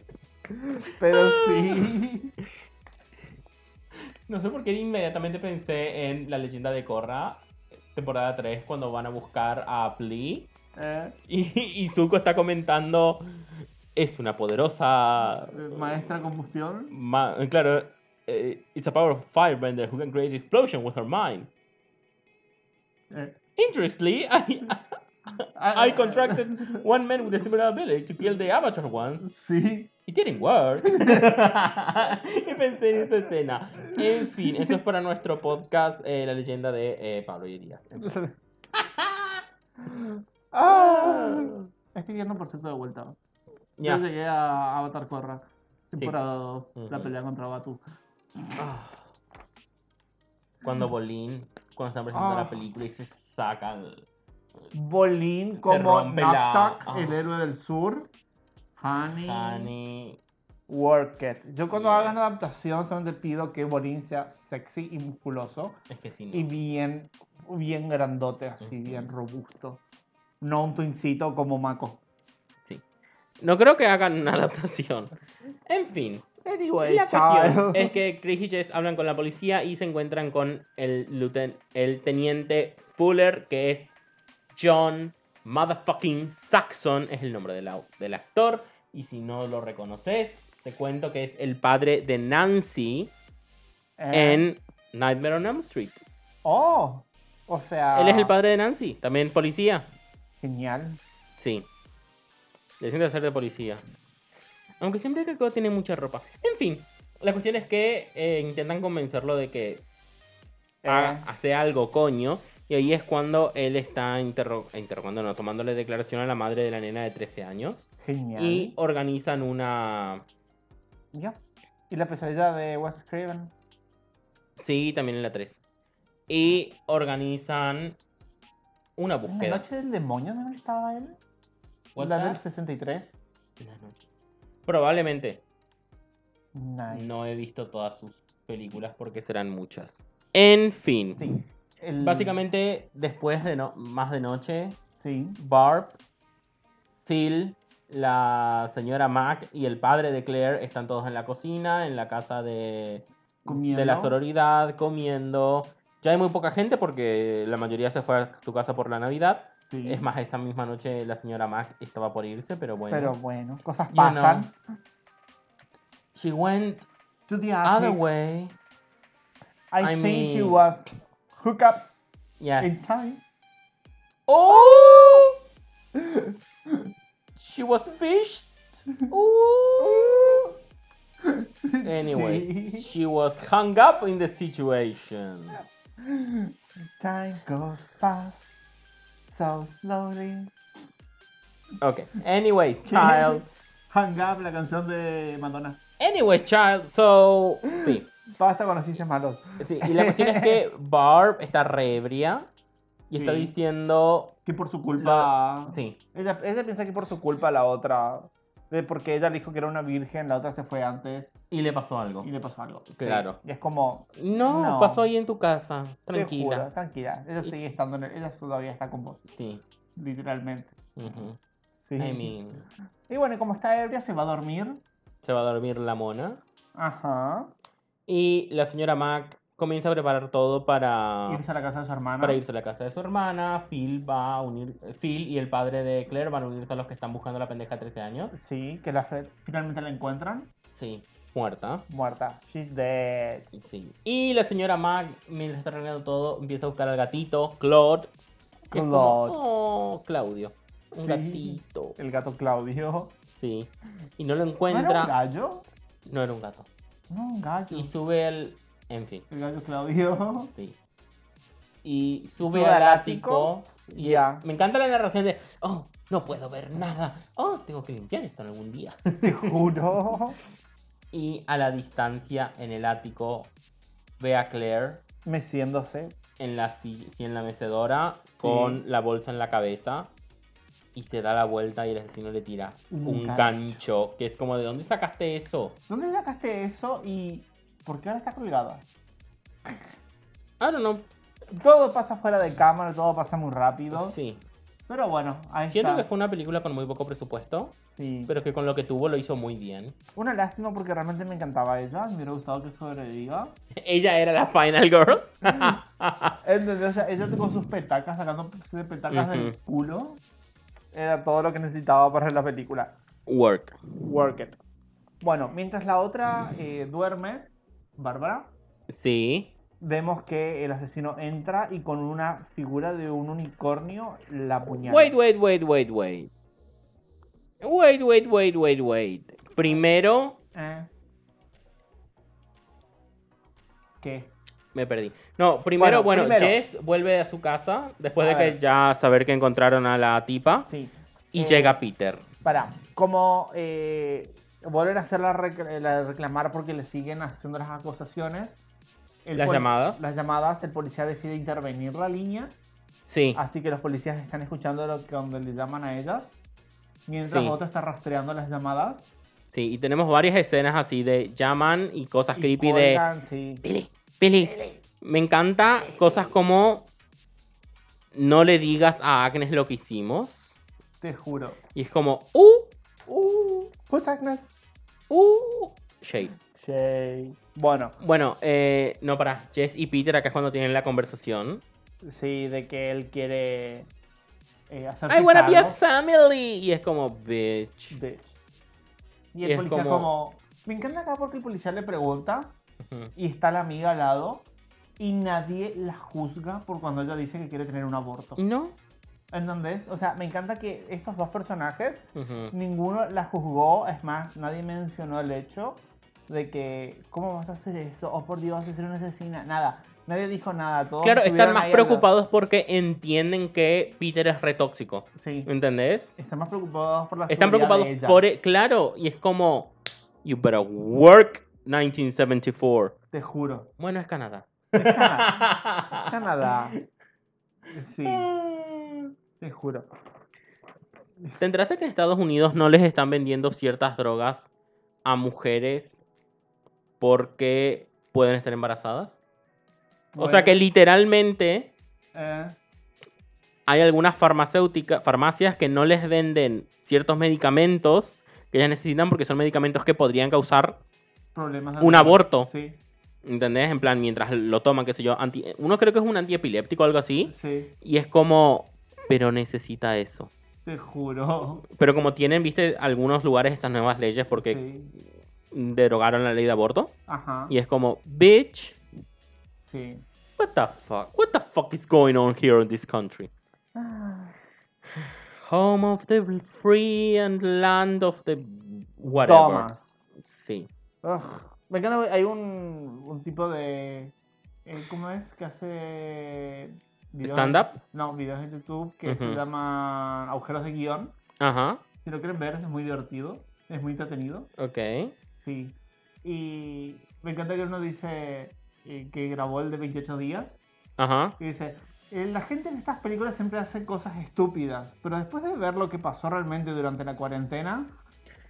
[SPEAKER 1] Pero sí.
[SPEAKER 3] No sé por qué inmediatamente pensé en La leyenda de Korra, temporada 3, cuando van a buscar a Flea.
[SPEAKER 1] Eh,
[SPEAKER 3] Y, y Zuko está comentando. Es una poderosa.
[SPEAKER 1] maestra combustión.
[SPEAKER 3] ma- claro, eh, it's a power of firebender who can create explosion with her mind.
[SPEAKER 1] Eh, ah,
[SPEAKER 3] Interestingly, I, I contracted one man with a similar ability to kill the Avatar once.
[SPEAKER 1] Sí.
[SPEAKER 3] It didn't work. y pensé en esa escena. En fin, eso es para nuestro podcast, eh, la leyenda de eh, Pablo y Elías.
[SPEAKER 1] ah, estoy viendo por cierto de vuelta.
[SPEAKER 3] Ya.
[SPEAKER 1] Yo llegué a Avatar Korra,
[SPEAKER 3] Sí.
[SPEAKER 1] temporada 2, la
[SPEAKER 3] Ujú.
[SPEAKER 1] pelea contra Batu.
[SPEAKER 3] Ah. Cuando Bolín, cuando están presentando
[SPEAKER 1] Ah.
[SPEAKER 3] la película y se saca el-
[SPEAKER 1] Bolin
[SPEAKER 3] como
[SPEAKER 1] como
[SPEAKER 3] rompe la- Naptak,
[SPEAKER 1] Naptak,
[SPEAKER 3] ah. el
[SPEAKER 1] el héroe del sur. Honey,
[SPEAKER 3] Honey.
[SPEAKER 1] work it. Yo cuando
[SPEAKER 3] Yes.
[SPEAKER 1] hagan la adaptación solamente pido que Bolin sea sexy y musculoso
[SPEAKER 3] Es que sí,
[SPEAKER 1] y
[SPEAKER 3] no.
[SPEAKER 1] bien, bien grandote, así,
[SPEAKER 3] Ujú.
[SPEAKER 1] bien robusto. No un twincito como Mako.
[SPEAKER 3] Sí. No creo que hagan una adaptación. En fin.
[SPEAKER 1] Anyway,
[SPEAKER 3] La
[SPEAKER 1] chao.
[SPEAKER 3] cuestión es que Chris y Jess hablan con la policía y se encuentran con el, luten- el teniente Fuller, que es John Motherfucking Saxon, es el nombre del, au- del actor. Y si no lo reconoces, te cuento que es el padre de Nancy Ah.
[SPEAKER 1] Eh,
[SPEAKER 3] en Nightmare on Elm Street.
[SPEAKER 1] Oh, o sea.
[SPEAKER 3] Él es el padre de Nancy, también policía.
[SPEAKER 1] Genial.
[SPEAKER 3] Sí. Le siento ser de policía. Aunque siempre que tiene mucha ropa. En fin, la cuestión es que eh, intentan convencerlo de que
[SPEAKER 1] Eh,
[SPEAKER 3] haga- hace algo, coño. Y ahí es cuando él está interro- interrogando, no, tomándole declaración a la madre de la nena de 13 años.
[SPEAKER 1] genial.
[SPEAKER 3] Y organizan una...
[SPEAKER 1] Ya. Y la pesadilla de Wes Craven.
[SPEAKER 3] Sí, también en la 3. Y organizan una
[SPEAKER 1] ¿La
[SPEAKER 3] búsqueda.
[SPEAKER 1] noche del demonio no estaba él?
[SPEAKER 3] What's
[SPEAKER 1] la del
[SPEAKER 3] that?
[SPEAKER 1] 63.
[SPEAKER 3] La noche. Probablemente.
[SPEAKER 1] Nice.
[SPEAKER 3] No he visto todas sus películas porque serán muchas. En fin.
[SPEAKER 1] Sí. el-
[SPEAKER 3] Básicamente, después de no- más de noche,
[SPEAKER 1] Sí.
[SPEAKER 3] Barb, Phil, la señora Mac y el padre de Claire están todos en la cocina, en la casa de,
[SPEAKER 1] Comiendo.
[SPEAKER 3] de la sororidad, comiendo. Ya hay muy poca gente porque la mayoría se fue a su casa por la Navidad.
[SPEAKER 1] sí.
[SPEAKER 3] Es más, esa misma noche la señora Mac estaba por irse, pero bueno.
[SPEAKER 1] Pero bueno, cosas
[SPEAKER 3] You
[SPEAKER 1] pasan.
[SPEAKER 3] know. She went
[SPEAKER 1] To the
[SPEAKER 3] other
[SPEAKER 1] attic.
[SPEAKER 3] Ah, way.
[SPEAKER 1] I,
[SPEAKER 3] I
[SPEAKER 1] think
[SPEAKER 3] mean-
[SPEAKER 1] she was hooked up in
[SPEAKER 3] Yes.
[SPEAKER 1] time.
[SPEAKER 3] Oh! She was fished. Ooh. Anyway,
[SPEAKER 1] Sí.
[SPEAKER 3] she was hung up in the situation.
[SPEAKER 1] Time goes fast, so slowly.
[SPEAKER 3] Okay. Anyways, child.
[SPEAKER 1] Hang Up, la canción de Madonna.
[SPEAKER 3] Anyways, child. So, sí.
[SPEAKER 1] Basta con los chistes malos.
[SPEAKER 3] sí. Y la cuestión es que Barb está re ebria y está
[SPEAKER 1] Sí.
[SPEAKER 3] diciendo.
[SPEAKER 1] Que por su culpa.
[SPEAKER 3] Sí.
[SPEAKER 1] Ella, ella piensa que por su culpa la otra. De porque ella dijo que era una virgen, la otra se fue antes
[SPEAKER 3] Y le pasó algo.
[SPEAKER 1] y le pasó algo. Sí.
[SPEAKER 3] Claro.
[SPEAKER 1] Y es como.
[SPEAKER 3] No,
[SPEAKER 1] No.
[SPEAKER 3] pasó ahí en tu casa.
[SPEAKER 1] te juro,
[SPEAKER 3] Tranquila.
[SPEAKER 1] tranquila. Ella sigue estando en el- Ella todavía está con vos,
[SPEAKER 3] Sí.
[SPEAKER 1] literalmente.
[SPEAKER 3] Ujú.
[SPEAKER 1] Sí.
[SPEAKER 3] I mean,
[SPEAKER 1] Y bueno, y como está ebria, se va a dormir.
[SPEAKER 3] se va a dormir la mona.
[SPEAKER 1] Ajá.
[SPEAKER 3] Y la señora Mac comienza a preparar todo para
[SPEAKER 1] Irse a la casa de su hermana.
[SPEAKER 3] Ah. para irse a la casa de su hermana. Phil va a unir. Phil y el padre de Claire van a unirse a los que están buscando a la pendeja de 13 años.
[SPEAKER 1] Sí, que la Fred finalmente la encuentran.
[SPEAKER 3] Sí, muerta.
[SPEAKER 1] Muerta. She's dead.
[SPEAKER 3] Sí. Y la señora Mac, mientras está arreglando todo, empieza a buscar al gatito, Claude. que es como,
[SPEAKER 1] Claude.
[SPEAKER 3] "Oh, Claudio. Un
[SPEAKER 1] Sí.
[SPEAKER 3] gatito.
[SPEAKER 1] El gato Claudio.
[SPEAKER 3] Sí. Y no lo
[SPEAKER 1] ¿No era un
[SPEAKER 3] encuentra.
[SPEAKER 1] gallo?
[SPEAKER 3] No era un gato.
[SPEAKER 1] No, un gallo.
[SPEAKER 3] Y sube al. En fin.
[SPEAKER 1] El gallo Claudio.
[SPEAKER 3] Sí. Y sube
[SPEAKER 1] Sube
[SPEAKER 3] al
[SPEAKER 1] al
[SPEAKER 3] ático. Y
[SPEAKER 1] Ya.
[SPEAKER 3] me encanta la narración de, oh, no puedo ver nada. Oh, tengo que limpiar esto en algún día.
[SPEAKER 1] Te juro.
[SPEAKER 3] Y a la distancia, en el ático, ve a Claire
[SPEAKER 1] Meciéndose.
[SPEAKER 3] en la, si- sí, en la mecedora con la bolsa en la cabeza. Y se da la vuelta y el asesino le tira
[SPEAKER 1] Un
[SPEAKER 3] un
[SPEAKER 1] gancho.
[SPEAKER 3] gancho. Que es como, ¿de dónde sacaste eso?
[SPEAKER 1] ¿Dónde sacaste eso y por qué ahora está colgada?
[SPEAKER 3] I don't know.
[SPEAKER 1] Todo pasa fuera de cámara, todo pasa muy rápido.
[SPEAKER 3] Sí.
[SPEAKER 1] Pero bueno, ahí
[SPEAKER 3] Siento que
[SPEAKER 1] está.
[SPEAKER 3] fue una película con muy poco presupuesto,
[SPEAKER 1] Sí.
[SPEAKER 3] pero que con lo que tuvo lo hizo muy bien.
[SPEAKER 1] Una lástima porque realmente me encantaba ella. Me hubiera gustado que sobreviva.
[SPEAKER 3] Ella era la Final Girl.
[SPEAKER 1] Entonces, o sea, ella con sus petacas, sacando sus petacas del
[SPEAKER 3] Ujú.
[SPEAKER 1] culo, era todo lo que necesitaba para la película.
[SPEAKER 3] Work.
[SPEAKER 1] Work it. Bueno, mientras la otra eh, duerme, Bárbara,
[SPEAKER 3] Sí.
[SPEAKER 1] vemos que el asesino entra y con una figura de un unicornio la apuñala.
[SPEAKER 3] Wait, wait, wait, wait, wait. Wait, wait, wait, wait, wait. Primero,
[SPEAKER 1] Eh. ¿Qué?
[SPEAKER 3] me perdí. No, primero, bueno,
[SPEAKER 1] Bueno, primero.
[SPEAKER 3] Jess vuelve a su casa después
[SPEAKER 1] A
[SPEAKER 3] de que
[SPEAKER 1] ver.
[SPEAKER 3] ya saber que encontraron a la tipa
[SPEAKER 1] Sí.
[SPEAKER 3] y
[SPEAKER 1] Eh,
[SPEAKER 3] llega Peter.
[SPEAKER 1] Para, como eh, vuelven a hacerla rec- la reclamar porque le siguen haciendo las acusaciones. el
[SPEAKER 3] Las
[SPEAKER 1] poli-
[SPEAKER 3] llamadas.
[SPEAKER 1] Las llamadas, el policía decide intervenir la línea.
[SPEAKER 3] Sí,
[SPEAKER 1] Así que los policías están escuchando lo que, cuando le llaman a ellas. Mientras
[SPEAKER 3] Sí.
[SPEAKER 1] otro está rastreando las llamadas.
[SPEAKER 3] sí, y tenemos varias escenas así de llaman y cosas
[SPEAKER 1] y
[SPEAKER 3] creepy de
[SPEAKER 1] cuelgan, sí.
[SPEAKER 3] Billy, Billy. Me encanta cosas como no le digas a Agnes lo que hicimos.
[SPEAKER 1] Te juro.
[SPEAKER 3] Y es como, uh, Uh,
[SPEAKER 1] Who's Agnes?
[SPEAKER 3] uh. Shade.
[SPEAKER 1] Shay. Bueno,
[SPEAKER 3] Bueno, eh, no para Jess y Peter acá es cuando tienen la conversación.
[SPEAKER 1] sí, de que él quiere eh, hacerse
[SPEAKER 3] I wanna be a
[SPEAKER 1] cargo.
[SPEAKER 3] family. Y es como, bitch.
[SPEAKER 1] Bitch. Y
[SPEAKER 3] Y
[SPEAKER 1] el
[SPEAKER 3] es
[SPEAKER 1] policía como...
[SPEAKER 3] como-
[SPEAKER 1] Me encanta acá porque el policía le pregunta
[SPEAKER 3] Ujú.
[SPEAKER 1] y está la amiga al lado y nadie la juzga por cuando ella dice que quiere tener un aborto.
[SPEAKER 3] ¿No?
[SPEAKER 1] ¿Entendés? O sea, me encanta que estos dos personajes,
[SPEAKER 3] Ujú.
[SPEAKER 1] ninguno la juzgó, es más, nadie mencionó el hecho de que, ¿cómo vas a hacer eso? Oh, por Dios, vas a ser una asesina. Nada, nadie dijo nada. Todos
[SPEAKER 3] Claro,
[SPEAKER 1] estuvieron
[SPEAKER 3] están más
[SPEAKER 1] ahí al lado.
[SPEAKER 3] preocupados porque entienden que Peter es retóxico.
[SPEAKER 1] Sí,
[SPEAKER 3] ¿Entendés?
[SPEAKER 1] están más preocupados por la
[SPEAKER 3] Están
[SPEAKER 1] seguridad
[SPEAKER 3] preocupados
[SPEAKER 1] de ella.
[SPEAKER 3] por. e- Claro, y es como. You better work 1974.
[SPEAKER 1] Te juro.
[SPEAKER 3] Bueno, es Canadá.
[SPEAKER 1] Canadá. Sí,
[SPEAKER 3] Ah.
[SPEAKER 1] te juro.
[SPEAKER 3] ¿Te enteraste que en Estados Unidos no les están vendiendo ciertas drogas a mujeres porque pueden estar embarazadas? O sea
[SPEAKER 1] Bueno,
[SPEAKER 3] que literalmente
[SPEAKER 1] eh,
[SPEAKER 3] hay algunas farmacéuticas, farmacias que no les venden ciertos medicamentos que ellas necesitan porque son medicamentos que podrían causar,
[SPEAKER 1] problemas de
[SPEAKER 3] Un
[SPEAKER 1] ansiedad.
[SPEAKER 3] aborto.
[SPEAKER 1] Sí,
[SPEAKER 3] ¿entendés? En plan, mientras lo toman, qué sé yo, anti- uno creo que es un antiepiléptico o algo así,
[SPEAKER 1] sí,
[SPEAKER 3] y es como, pero necesita eso.
[SPEAKER 1] te juro.
[SPEAKER 3] Pero como tienen, viste, algunos lugares estas nuevas leyes porque
[SPEAKER 1] Sí,
[SPEAKER 3] derogaron la ley de aborto.
[SPEAKER 1] ajá,
[SPEAKER 3] Y es como, bitch,
[SPEAKER 1] sí.
[SPEAKER 3] what the fuck? What the fuck is going on here in this country?
[SPEAKER 1] Ah,
[SPEAKER 3] Home of the free and land of the whatever.
[SPEAKER 1] Thomas.
[SPEAKER 3] Sí.
[SPEAKER 1] Ugh, Me encanta, güey, hay un, un tipo de. eh, ¿Cómo es? Que hace. videos-
[SPEAKER 3] ¿Stand-up?
[SPEAKER 1] No, videos en YouTube que se
[SPEAKER 3] Ujú.
[SPEAKER 1] llaman agujeros de guión.
[SPEAKER 3] Ajá.
[SPEAKER 1] Si lo quieren ver, es muy divertido. Es muy entretenido.
[SPEAKER 3] Ok.
[SPEAKER 1] Sí. Y me encanta que uno dice eh, que grabó el de 28 días.
[SPEAKER 3] Ajá.
[SPEAKER 1] Y dice, "Eh, la gente en estas películas siempre hace cosas estúpidas, pero después de ver lo que pasó realmente durante la cuarentena,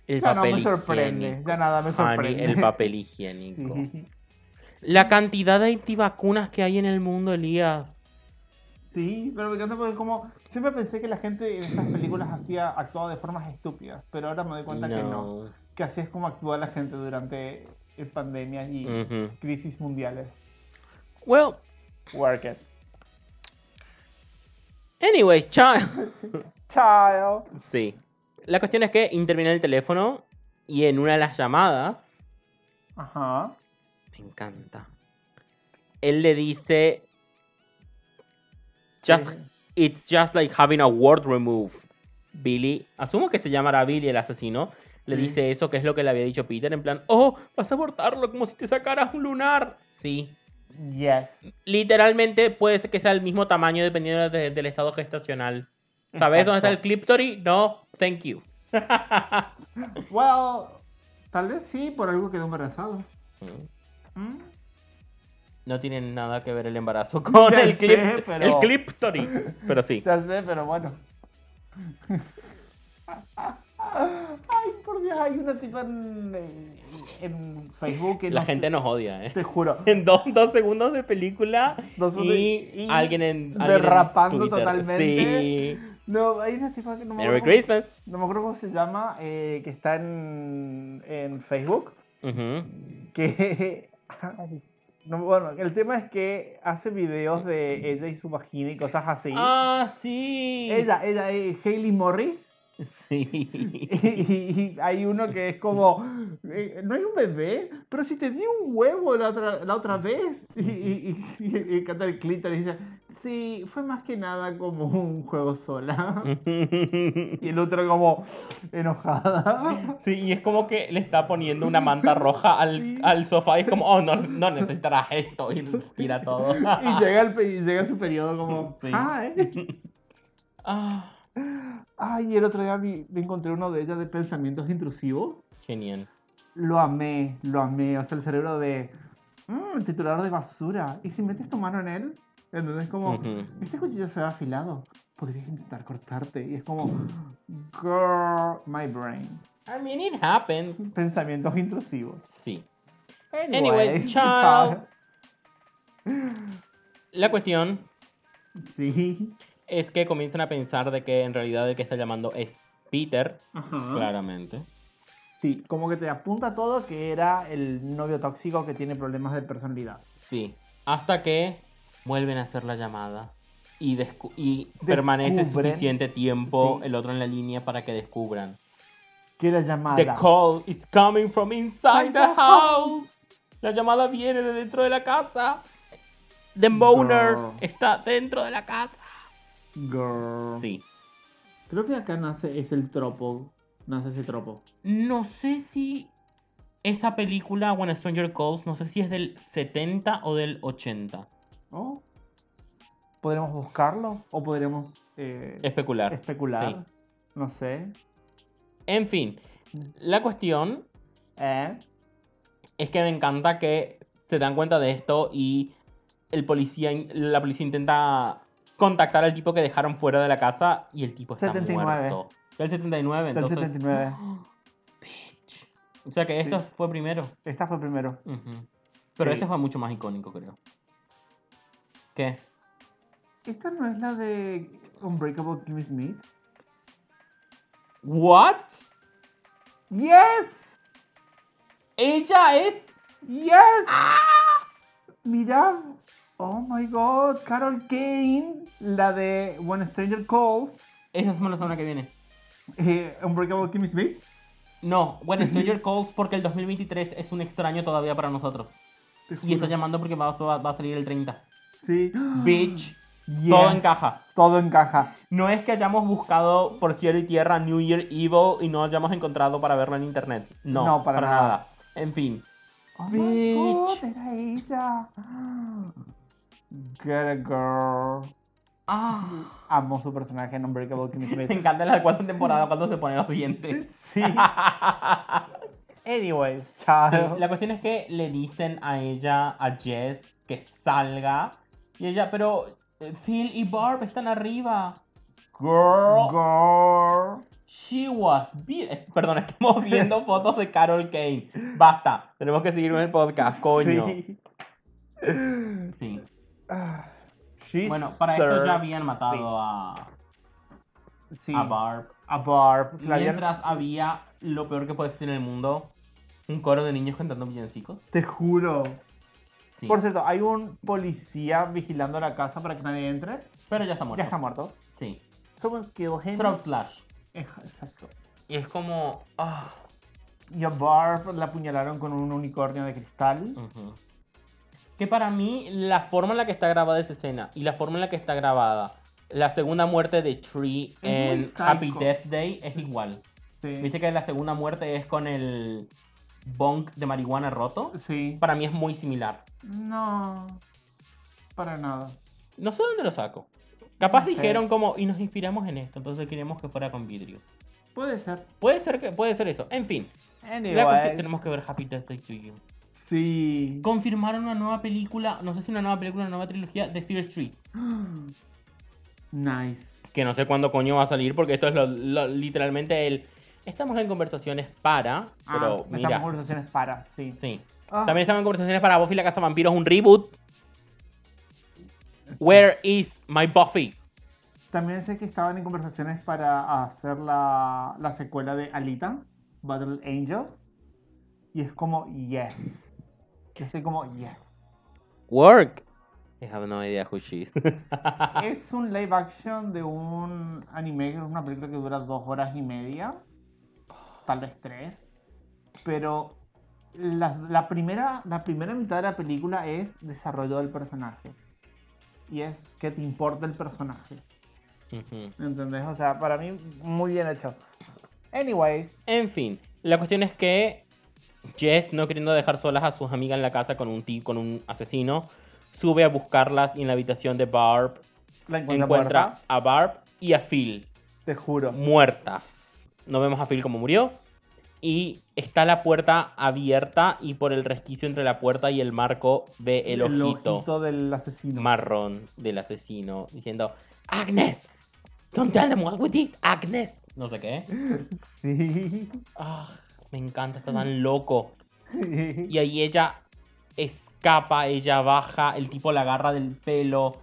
[SPEAKER 3] El
[SPEAKER 1] ya no
[SPEAKER 3] papel
[SPEAKER 1] me sorprende,
[SPEAKER 3] higiénico.
[SPEAKER 1] ya nada me
[SPEAKER 3] Honey,
[SPEAKER 1] sorprende.
[SPEAKER 3] el papel higiénico. La cantidad de antivacunas que hay en el mundo, Elías.
[SPEAKER 1] sí, pero me encanta porque como siempre pensé que la gente en estas películas hacía actuaba de formas estúpidas, pero ahora me doy cuenta que no,
[SPEAKER 3] No.
[SPEAKER 1] que así es como actúa la gente durante eh, pandemias y
[SPEAKER 3] Ujú.
[SPEAKER 1] crisis mundiales.
[SPEAKER 3] Well,
[SPEAKER 1] Work it.
[SPEAKER 3] anyway, child.
[SPEAKER 1] Chao.
[SPEAKER 3] Sí. La cuestión es que interviene el teléfono y en una de las llamadas,
[SPEAKER 1] Ajá.
[SPEAKER 3] me encanta, él le dice, just,
[SPEAKER 1] Sí.
[SPEAKER 3] it's just like having a word removed. Billy, asumo que se llamará Billy el asesino, le
[SPEAKER 1] Sí.
[SPEAKER 3] dice eso, que es lo que le había dicho Peter, en plan, oh, vas a abortarlo como si te sacaras un lunar. Sí.
[SPEAKER 1] Yes.
[SPEAKER 3] Literalmente puede ser que sea el mismo tamaño dependiendo de- del estado gestacional. ¿Sabes dónde está el
[SPEAKER 1] Exacto.
[SPEAKER 3] cliptory? No, thank you.
[SPEAKER 1] Well, tal vez sí, por algo quedó embarazado. ¿Mm?
[SPEAKER 3] No tiene nada que ver el embarazo con
[SPEAKER 1] Ya
[SPEAKER 3] el
[SPEAKER 1] sé,
[SPEAKER 3] clip.
[SPEAKER 1] pero-
[SPEAKER 3] El cliptory. Pero sí.
[SPEAKER 1] Ya sé, pero bueno. Ay, por Dios, hay una tipa en, en Facebook que
[SPEAKER 3] La
[SPEAKER 1] no-
[SPEAKER 3] gente nos odia, ¿eh?
[SPEAKER 1] Te juro.
[SPEAKER 3] En dos, dos segundos de película
[SPEAKER 1] Dos segundos
[SPEAKER 3] y,
[SPEAKER 1] y-
[SPEAKER 3] alguien en. alguien en
[SPEAKER 1] derrapando
[SPEAKER 3] Twitter.
[SPEAKER 1] totalmente.
[SPEAKER 3] Sí.
[SPEAKER 1] No, hay una tipa que no me
[SPEAKER 3] Merry
[SPEAKER 1] acuerdo cómo-
[SPEAKER 3] Christmas.
[SPEAKER 1] No me acuerdo cómo se llama, eh, que está en, en Facebook.
[SPEAKER 3] Ujú.
[SPEAKER 1] Que. ay, no, bueno, el tema es que hace videos de ella y su vagina y cosas así.
[SPEAKER 3] Ah, sí.
[SPEAKER 1] Ella, ella, es Hayley Morris.
[SPEAKER 3] Sí.
[SPEAKER 1] Y, y- y hay uno que es como, eh, no hay un bebé, pero si te di un huevo la otra, la otra vez. Y, y, y- y- y canta el clítoris y dice, sí, fue más que nada como un juego sola. Y el otro como enojada.
[SPEAKER 3] Sí, y es como que le está poniendo una manta roja al,
[SPEAKER 1] Sí.
[SPEAKER 3] al sofá y es como, oh, no, no necesitarás esto y tira todo.
[SPEAKER 1] Y llega, el, pe- y llega su periodo como,
[SPEAKER 3] Sí.
[SPEAKER 1] ay.
[SPEAKER 3] Ah,
[SPEAKER 1] Ay, el otro día vi- me encontré uno de ellas de pensamientos intrusivos.
[SPEAKER 3] genial.
[SPEAKER 1] Lo amé, lo amé. O sea, el cerebro de. Mmm, titulador de basura. ¿Y si metes tu mano en él? Entonces, como.
[SPEAKER 3] Ujú.
[SPEAKER 1] Este cuchillo se ve afilado. Podrías intentar cortarte. Y es como. Girl, my brain.
[SPEAKER 3] I mean, it happened.
[SPEAKER 1] Pensamientos intrusivos.
[SPEAKER 3] Sí.
[SPEAKER 1] Anyways,
[SPEAKER 3] child. La cuestión
[SPEAKER 1] Sí.
[SPEAKER 3] es que comienzan a pensar de que en realidad el que está llamando es
[SPEAKER 2] Peter,
[SPEAKER 1] Ajá.
[SPEAKER 2] claramente.
[SPEAKER 1] Sí, como que te apunta todo que era el novio tóxico que tiene problemas de personalidad.
[SPEAKER 2] Sí. Hasta que vuelven a hacer la llamada y, descu- y permanece
[SPEAKER 1] Descubren.
[SPEAKER 2] suficiente tiempo
[SPEAKER 1] Sí.
[SPEAKER 2] el otro en la línea para que descubran.
[SPEAKER 1] Que la llamada.
[SPEAKER 2] The call is coming from inside the house. La llamada viene de dentro de la casa. The boner
[SPEAKER 1] Bro.
[SPEAKER 2] está dentro de la casa.
[SPEAKER 1] Girl.
[SPEAKER 2] Sí.
[SPEAKER 1] Creo que acá nace es el tropo. Nace ese tropo.
[SPEAKER 2] No sé si esa película, When a Stranger Calls, no sé si es del 70 o del 80.
[SPEAKER 1] ¿Oh? ¿Podremos buscarlo? ¿O podremos eh,
[SPEAKER 2] Especular.
[SPEAKER 1] especular?
[SPEAKER 2] Sí.
[SPEAKER 1] No sé.
[SPEAKER 2] En fin, la cuestión
[SPEAKER 1] ¿Eh?
[SPEAKER 2] es que me encanta que se dan cuenta de esto y el policía, la policía intenta contactar al tipo que dejaron fuera de la casa y el tipo está
[SPEAKER 1] 79.
[SPEAKER 2] muerto. Del 79,
[SPEAKER 1] Del
[SPEAKER 2] entonces.
[SPEAKER 1] 79.
[SPEAKER 2] Bitch. O sea que esto
[SPEAKER 1] Sí.
[SPEAKER 2] fue primero.
[SPEAKER 1] Esta fue primero.
[SPEAKER 2] Ujú. Pero
[SPEAKER 1] Sí.
[SPEAKER 2] este fue mucho más icónico, creo. ¿Qué?
[SPEAKER 1] ¿Esta no es la de Unbreakable Kimmy Smith?
[SPEAKER 2] ¿What?
[SPEAKER 1] ¡Yes!
[SPEAKER 2] Ella es.
[SPEAKER 1] ¡Yes!
[SPEAKER 2] Ah.
[SPEAKER 1] Mira, oh my god, Carol Kane, la de When a Stranger Calls,
[SPEAKER 2] Esa es la semana que viene.
[SPEAKER 1] eh, Unbreakable Kimmy Smith.
[SPEAKER 2] No, bueno, Stranger Calls porque el 2023 es un extraño todavía para nosotros.
[SPEAKER 1] te
[SPEAKER 2] Y
[SPEAKER 1] juro.
[SPEAKER 2] está llamando porque va, va- va a salir el 30.
[SPEAKER 1] Sí.
[SPEAKER 2] Bitch,
[SPEAKER 1] Yes,
[SPEAKER 2] todo encaja.
[SPEAKER 1] Todo encaja.
[SPEAKER 2] No es que hayamos buscado por cielo y tierra New Year Evil y no hayamos encontrado para verlo en internet. No,
[SPEAKER 1] No, para
[SPEAKER 2] para, nada. En fin.
[SPEAKER 1] Oh my god,
[SPEAKER 2] Bitch.
[SPEAKER 1] era ella. Get a girl. Amo su personaje en Unbreakable Kimmy
[SPEAKER 2] me
[SPEAKER 1] Smith.
[SPEAKER 2] encanta la cuarta temporada cuando se pone los dientes.
[SPEAKER 1] Sí. Anyways, chao.
[SPEAKER 2] Sí, la cuestión es que le dicen a ella, a Jess, que salga. Y ella, pero eh, Phil y Barb están arriba. Girl,
[SPEAKER 1] Girl.
[SPEAKER 2] she was be- eh, Perdón, estamos viendo fotos de Carol Kane. Basta, tenemos que seguir con el podcast, coño. Sí.
[SPEAKER 1] Sí. Ah,
[SPEAKER 2] Bueno, para esto
[SPEAKER 1] Jesus.
[SPEAKER 2] ya habían matado a,
[SPEAKER 1] Sí.
[SPEAKER 2] a Barb.
[SPEAKER 1] A Barb. La habían-
[SPEAKER 2] Mientras había lo peor que puede existir en el mundo, un coro de niños cantando villancicos.
[SPEAKER 1] Te juro.
[SPEAKER 2] Sí,
[SPEAKER 1] Por cierto, hay un policía vigilando la casa para que nadie entre.
[SPEAKER 2] Pero ya está muerto.
[SPEAKER 1] Ya está muerto.
[SPEAKER 2] Sí.
[SPEAKER 1] Someone kill him.
[SPEAKER 2] Throat slash.
[SPEAKER 1] Ej- Exacto.
[SPEAKER 2] Y es como. ah,
[SPEAKER 1] Y a Barb la apuñalaron con un unicornio de cristal.
[SPEAKER 2] ujú. Que para mí, la forma en la que está grabada esa escena y la forma en la que está grabada la segunda muerte de Tree
[SPEAKER 1] muy
[SPEAKER 2] en
[SPEAKER 1] psycho.
[SPEAKER 2] Happy Death Day es igual.
[SPEAKER 1] Sí.
[SPEAKER 2] Viste que la segunda muerte es con el bong de marihuana roto.
[SPEAKER 1] Sí.
[SPEAKER 2] Para mí es muy similar.
[SPEAKER 1] No. Para nada.
[SPEAKER 2] No sé dónde lo saco. Capaz
[SPEAKER 1] No sé.
[SPEAKER 2] dijeron como, y nos inspiramos en esto, entonces queríamos que fuera con vidrio.
[SPEAKER 1] Puede ser.
[SPEAKER 2] Puede ser que, puede ser eso. En fin, la cuestión-
[SPEAKER 1] Anyway.
[SPEAKER 2] tenemos que ver Happy Death Day to You.
[SPEAKER 1] Sí.
[SPEAKER 2] Confirmaron una nueva película, no sé si una nueva película, una nueva trilogía de Fear Street.
[SPEAKER 1] Nice.
[SPEAKER 2] Que no sé cuándo coño va a salir porque esto es lo- lo- literalmente el... Estamos en conversaciones para... Pero
[SPEAKER 1] ah,
[SPEAKER 2] mira...
[SPEAKER 1] Estamos conversaciones para, sí.
[SPEAKER 2] Sí.
[SPEAKER 1] Ah,
[SPEAKER 2] También estaban en conversaciones para Buffy la Casa Vampiros, un reboot. Where is my Buffy?
[SPEAKER 1] también sé que estaban en conversaciones para hacer la, la secuela de Alita, Battle Angel. Y es como, yes. Yo estoy como, yes.
[SPEAKER 2] Work. I have no idea who she is.
[SPEAKER 1] es un live action de un anime, que es una película que dura dos horas y media, tal vez tres. Pero la, la primera, la primera mitad de la película es desarrollo del personaje. Y es que te importa el personaje.
[SPEAKER 2] Ujú.
[SPEAKER 1] ¿Entendés? O sea, para mí, muy bien hecho. Anyways,
[SPEAKER 2] En fin, la cuestión es que Jess, no queriendo dejar solas a sus amigas en la casa con un ti- con un asesino, sube a buscarlas y en la habitación de Barb
[SPEAKER 1] la encuentra,
[SPEAKER 2] encuentra
[SPEAKER 1] muerta,
[SPEAKER 2] a Barb y a Phil
[SPEAKER 1] te juro.
[SPEAKER 2] muertas. No vemos a Phil como murió. Y está la puerta abierta y por el resquicio entre la puerta y el marco ve el, ojito,
[SPEAKER 1] del asesino.
[SPEAKER 2] marrón del asesino diciendo Agnes, don't tell them what we did, Agnes. No sé qué.
[SPEAKER 1] Sí.
[SPEAKER 2] Ah, me encanta, está tan loco.
[SPEAKER 1] Sí.
[SPEAKER 2] Y ahí ella escapa, ella baja, el tipo la agarra del pelo.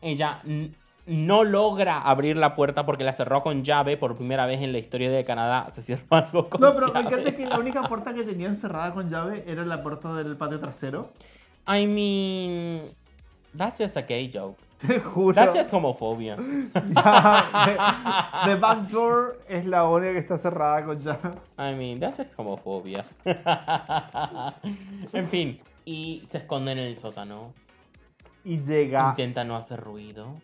[SPEAKER 2] Ella n- no logra abrir la puerta porque la cerró con llave. Por primera vez en la historia de Canadá se cierra algo con
[SPEAKER 1] No, pero me
[SPEAKER 2] llave.
[SPEAKER 1] encanta que la única puerta que tenían cerrada con llave era la puerta del patio trasero.
[SPEAKER 2] I mean, that's just a gay joke.
[SPEAKER 1] Te juro.
[SPEAKER 2] That's just homofobia.
[SPEAKER 1] Ya, the, the back door es la única que está cerrada con llave.
[SPEAKER 2] I mean, that's just homofobia. en fin, y se esconde en el sótano.
[SPEAKER 1] Y llega,
[SPEAKER 2] Intenta no hacer ruido.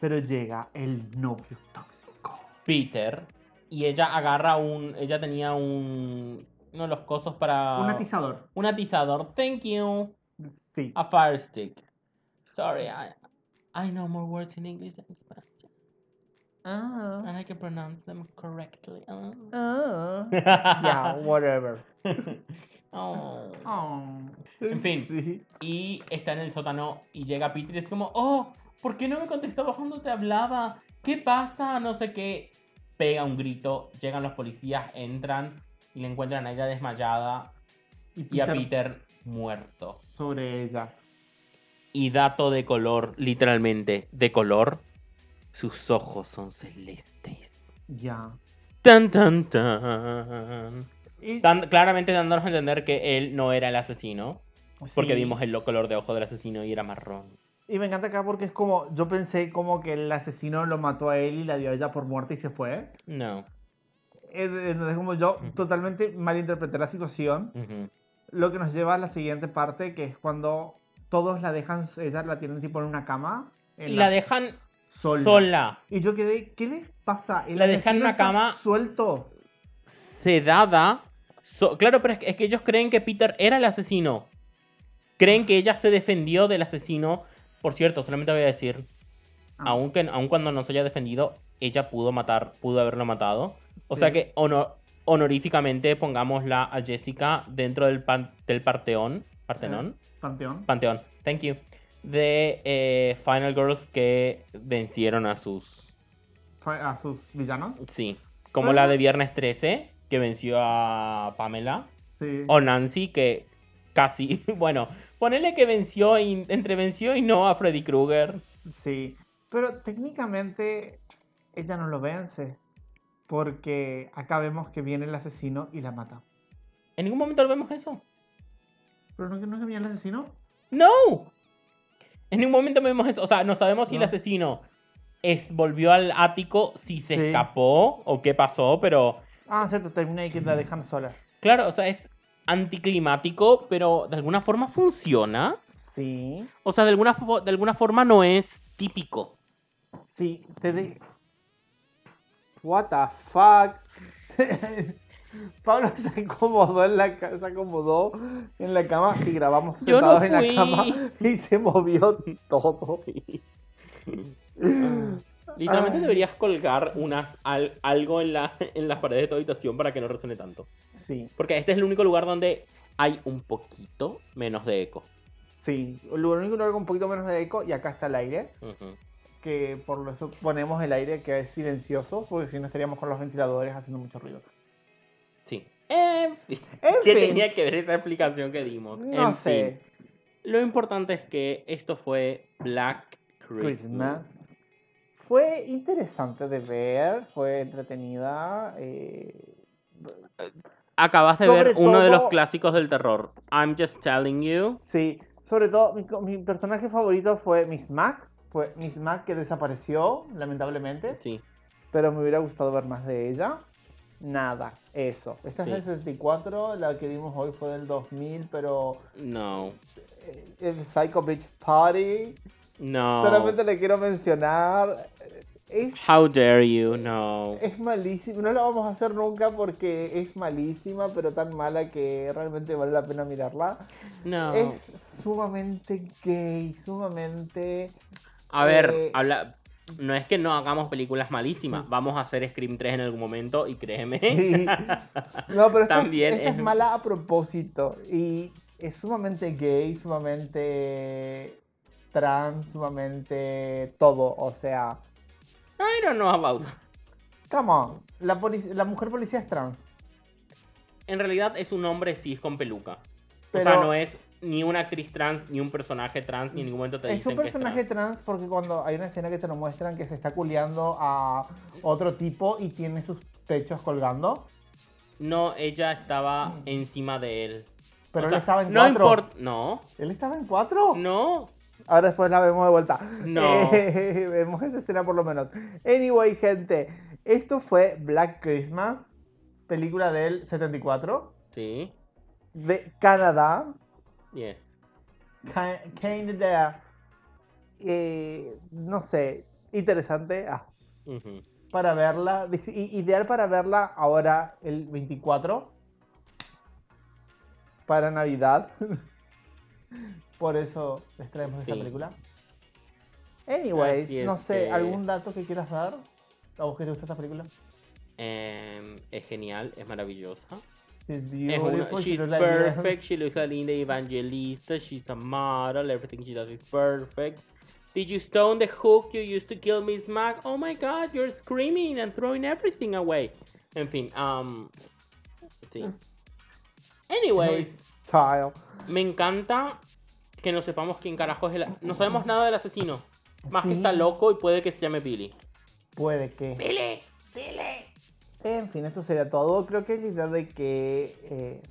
[SPEAKER 1] pero llega el novio tóxico.
[SPEAKER 2] Peter. Y ella agarra un. Ella tenía un. Uno de los cosos para.
[SPEAKER 1] Un atizador.
[SPEAKER 2] un atizador. Thank you.
[SPEAKER 1] Sí.
[SPEAKER 2] A fire stick. Sorry, I, I know more words in English than Spanish.
[SPEAKER 1] Ah.
[SPEAKER 2] And I can pronounce them correctly. Ah.
[SPEAKER 1] Ah. Yeah, whatever.
[SPEAKER 2] Oh.
[SPEAKER 1] Oh.
[SPEAKER 2] En fin.
[SPEAKER 1] Sí.
[SPEAKER 2] Y está en el sótano y llega Peter y es como, oh, ¿por qué no me contestabas cuando te hablaba? ¿Qué pasa? No sé qué. Pega un grito, llegan los policías, entran y le encuentran a ella desmayada y a Peter muerto.
[SPEAKER 1] sobre ella.
[SPEAKER 2] Y dato de color, literalmente, de color, sus ojos son celestes.
[SPEAKER 1] Ya.
[SPEAKER 2] Tan, tan, tan.
[SPEAKER 1] Y-
[SPEAKER 2] Dan- claramente dándonos a entender que él no era el asesino, porque
[SPEAKER 1] sí.
[SPEAKER 2] vimos el color de ojo del asesino y era marrón.
[SPEAKER 1] Y me encanta acá porque es como, yo pensé como que el asesino lo mató a él y la dio a ella por muerte y se fue.
[SPEAKER 2] No.
[SPEAKER 1] Es- Entonces como yo totalmente malinterpreté la situación.
[SPEAKER 2] Ujú.
[SPEAKER 1] Lo que nos lleva a la siguiente parte, que es cuando todos la dejan, ella la tienen tipo en una cama. en
[SPEAKER 2] Y la dejan
[SPEAKER 1] sola.
[SPEAKER 2] sola,
[SPEAKER 1] Y yo quedé, ¿qué les pasa? El
[SPEAKER 2] La dejan
[SPEAKER 1] asesino
[SPEAKER 2] en una
[SPEAKER 1] está
[SPEAKER 2] cama.
[SPEAKER 1] Suelto.
[SPEAKER 2] sedada. So- claro, pero es que, es que ellos creen que Peter era el asesino. Creen que ella se defendió del asesino. Por cierto, solamente voy a decir,
[SPEAKER 1] Ah.
[SPEAKER 2] aunque, aun cuando no se haya defendido, ella pudo matar, pudo haberlo matado. O
[SPEAKER 1] Sí.
[SPEAKER 2] sea que honor- honoríficamente pongámosla a Jessica dentro del, pan- del Parteón. Partenón.
[SPEAKER 1] Panteón.
[SPEAKER 2] Panteón. Thank you. De eh, Final Girls que vencieron a sus
[SPEAKER 1] A sus villanos.
[SPEAKER 2] Sí, como
[SPEAKER 1] Ajá.
[SPEAKER 2] la de Viernes 13, que venció a Pamela.
[SPEAKER 1] Sí.
[SPEAKER 2] O Nancy, que casi, bueno, ponele que venció, y- entre venció y no a Freddy Krueger.
[SPEAKER 1] Sí, pero técnicamente ella no lo vence. Porque acá vemos que viene el asesino y la mata.
[SPEAKER 2] En ningún momento vemos eso.
[SPEAKER 1] ¿Pero no, no es que viene el asesino?
[SPEAKER 2] ¡No! En ningún momento vemos eso. O sea, no sabemos si el
[SPEAKER 1] No.
[SPEAKER 2] asesino es, volvió al ático, si se
[SPEAKER 1] Sí.
[SPEAKER 2] escapó o qué pasó, pero
[SPEAKER 1] Ah, cierto, termina y que la dejan sola.
[SPEAKER 2] claro, o sea, es anticlimático, pero de alguna forma funciona.
[SPEAKER 1] Sí.
[SPEAKER 2] O sea, de alguna, fo- de alguna forma no es típico.
[SPEAKER 1] Sí, te de... What the fuck? Pablo se acomodó en la ca- se acomodó en la cama y grabamos
[SPEAKER 2] Yo no
[SPEAKER 1] sentados en la
[SPEAKER 2] fui.
[SPEAKER 1] cama y se movió todo.
[SPEAKER 2] Literalmente
[SPEAKER 1] Ay.
[SPEAKER 2] deberías colgar unas al- algo en, la, en las paredes de tu habitación para que no resuene tanto.
[SPEAKER 1] Sí,
[SPEAKER 2] Porque este es el único lugar donde hay un poquito menos de eco.
[SPEAKER 1] sí. Lo único que hago un poquito menos de eco y acá está el aire.
[SPEAKER 2] Ujú.
[SPEAKER 1] que por eso ponemos el aire que es silencioso, porque si no estaríamos con los ventiladores haciendo mucho ruido.
[SPEAKER 2] Sí. En fin.
[SPEAKER 1] En
[SPEAKER 2] ¿Qué
[SPEAKER 1] fin,
[SPEAKER 2] tenía Eh, que ver esa explicación que dimos?
[SPEAKER 1] no
[SPEAKER 2] En
[SPEAKER 1] sé.
[SPEAKER 2] fin. Lo importante es que esto fue Black Christmas.
[SPEAKER 1] Christmas. Fue interesante de ver, fue entretenida. eh,
[SPEAKER 2] Acabas de
[SPEAKER 1] Sobre
[SPEAKER 2] ver uno de
[SPEAKER 1] todo-
[SPEAKER 2] los clásicos del terror. I'm just telling you.
[SPEAKER 1] Sí, sobre todo mi, co- mi personaje favorito fue Miss Mac. Fue Miss Mac que desapareció, lamentablemente,
[SPEAKER 2] Sí.
[SPEAKER 1] pero me hubiera gustado ver más de ella. Nada, eso. Esta
[SPEAKER 2] Sí.
[SPEAKER 1] es del 64, la que vimos hoy fue del 2000, pero
[SPEAKER 2] No.
[SPEAKER 1] eh, el Psycho Beach Party
[SPEAKER 2] No.
[SPEAKER 1] Solamente le quiero mencionar. eh, Es,
[SPEAKER 2] How dare you. No.
[SPEAKER 1] es malísima. No la vamos a hacer nunca porque es malísima, pero tan mala que realmente vale la pena mirarla.
[SPEAKER 2] No.
[SPEAKER 1] Es sumamente gay, sumamente.
[SPEAKER 2] A ver,
[SPEAKER 1] Eh,
[SPEAKER 2] habla... no es que no hagamos películas
[SPEAKER 1] Mm.
[SPEAKER 2] malísimas. Vamos a hacer Scream 3 en algún momento y créeme.
[SPEAKER 1] Sí. No, pero esta, es-
[SPEAKER 2] También
[SPEAKER 1] esta es...
[SPEAKER 2] es-
[SPEAKER 1] mala a propósito. Y es sumamente gay, sumamente trans, sumamente todo. O sea,
[SPEAKER 2] I don't know about.
[SPEAKER 1] come on. La, polic- la mujer policía es trans.
[SPEAKER 2] En realidad es un hombre cis con peluca.
[SPEAKER 1] Pero
[SPEAKER 3] o sea, no es ni una actriz trans, ni un personaje trans, ni en ningún momento te
[SPEAKER 1] es
[SPEAKER 3] dicen
[SPEAKER 1] un
[SPEAKER 3] que es
[SPEAKER 1] personaje
[SPEAKER 3] trans.
[SPEAKER 1] trans porque cuando hay una escena que te lo muestran que se está culeando a otro tipo y tiene sus pechos colgando,
[SPEAKER 3] No, ella estaba encima de él.
[SPEAKER 1] Mm. pero
[SPEAKER 3] O
[SPEAKER 1] él
[SPEAKER 3] sea,
[SPEAKER 1] estaba en
[SPEAKER 3] no
[SPEAKER 1] cuatro.
[SPEAKER 3] import- No,
[SPEAKER 1] ¿Él estaba en cuatro?
[SPEAKER 3] no.
[SPEAKER 1] Ahora después la vemos de vuelta.
[SPEAKER 3] No.
[SPEAKER 1] Eh, vemos esa escena por lo menos. Anyway, gente, esto fue Black Christmas, película del 74,
[SPEAKER 3] Sí,
[SPEAKER 1] de Canadá.
[SPEAKER 3] yes.
[SPEAKER 1] Ca- Canadá. Eh, no sé, interesante. Ah,
[SPEAKER 3] Ujú.
[SPEAKER 1] para verla, dice, i- ideal para verla ahora el 24 para Navidad. Por eso les traemos esta
[SPEAKER 3] Sí.
[SPEAKER 1] película. Anyways,
[SPEAKER 3] Así es
[SPEAKER 1] no sé,
[SPEAKER 3] que-
[SPEAKER 1] ¿algún dato que quieras dar? ¿A vos que te gusta esta película?
[SPEAKER 3] Em, es genial, es maravillosa.
[SPEAKER 1] She's
[SPEAKER 3] Es una-
[SPEAKER 1] beautiful, she
[SPEAKER 3] she's
[SPEAKER 1] looks like me.
[SPEAKER 3] perfect, she looks like Linda Evangelista, she's a model, everything she does is perfect. Did you stone the hook you used to kill Miss Mac? Oh my god, you're screaming and throwing everything away. En fin, um. Sí. Anyways,
[SPEAKER 1] Child.
[SPEAKER 3] me encanta que no sepamos quién carajo es el. No sabemos nada del asesino. Más que
[SPEAKER 1] Sí.
[SPEAKER 3] está loco y puede que se llame Billy.
[SPEAKER 1] Puede que.
[SPEAKER 6] Billy, Billy.
[SPEAKER 1] En fin, esto sería todo. Creo que la idea de que. eh,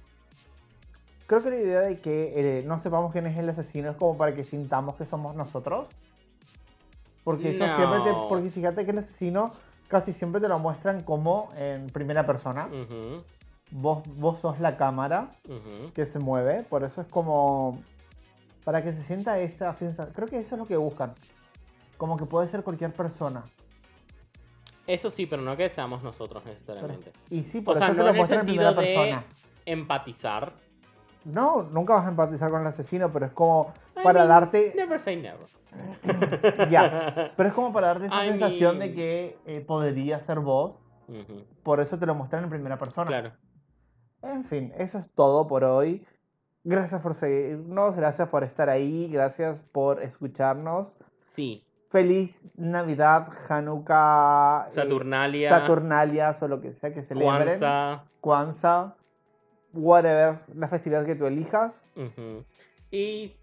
[SPEAKER 1] creo que la idea de que eh, no sepamos quién es el asesino es como para que sintamos que somos nosotros. Porque eso
[SPEAKER 3] No.
[SPEAKER 1] siempre te- Porque fíjate que el asesino casi siempre te lo muestran como en primera persona.
[SPEAKER 3] Ujú,
[SPEAKER 1] Vos, vos sos la cámara
[SPEAKER 3] ujú.
[SPEAKER 1] que se mueve. Por eso es como. Para que se sienta esa sensación. Creo que eso es lo que buscan. Como que puede ser cualquier persona.
[SPEAKER 3] Eso sí, pero no que seamos nosotros necesariamente.
[SPEAKER 1] Y sí, por
[SPEAKER 3] O
[SPEAKER 1] eso
[SPEAKER 3] sea,
[SPEAKER 1] te
[SPEAKER 3] no
[SPEAKER 1] lo
[SPEAKER 3] en el
[SPEAKER 1] muestran en
[SPEAKER 3] sentido
[SPEAKER 1] primera
[SPEAKER 3] de
[SPEAKER 1] persona.
[SPEAKER 3] empatizar.
[SPEAKER 1] No, nunca vas a empatizar con el asesino, pero es como
[SPEAKER 3] I
[SPEAKER 1] para
[SPEAKER 3] mean,
[SPEAKER 1] darte.
[SPEAKER 3] Never say never.
[SPEAKER 1] Ya. Pero es como para darte esa
[SPEAKER 3] I
[SPEAKER 1] sensación
[SPEAKER 3] mean-
[SPEAKER 1] de que eh, podría ser vos.
[SPEAKER 3] Ujú,
[SPEAKER 1] Por eso te lo mostraron en primera persona.
[SPEAKER 3] Claro.
[SPEAKER 1] En fin, eso es todo por hoy. Gracias por seguirnos, gracias por estar ahí, gracias por escucharnos.
[SPEAKER 3] Sí.
[SPEAKER 1] Feliz Navidad, Hanukkah, eh,
[SPEAKER 3] Saturnalia.
[SPEAKER 1] Saturnalias o lo que sea que celebren.
[SPEAKER 3] Kwanzaa,
[SPEAKER 1] Kwanzaa, whatever, la festividad que tú elijas.
[SPEAKER 3] ujú. Y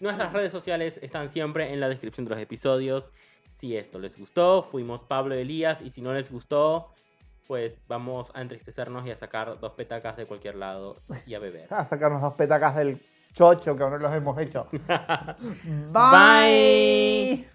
[SPEAKER 3] nuestras redes sociales están siempre en la descripción de los episodios. Si esto les gustó, fuimos Pablo y Elías. Y si no les gustó, pues vamos a entristecernos y a sacar dos petacas de cualquier lado y a beber.
[SPEAKER 1] a sacarnos dos petacas del chocho que aún no los hemos hecho. Bye.
[SPEAKER 3] Bye.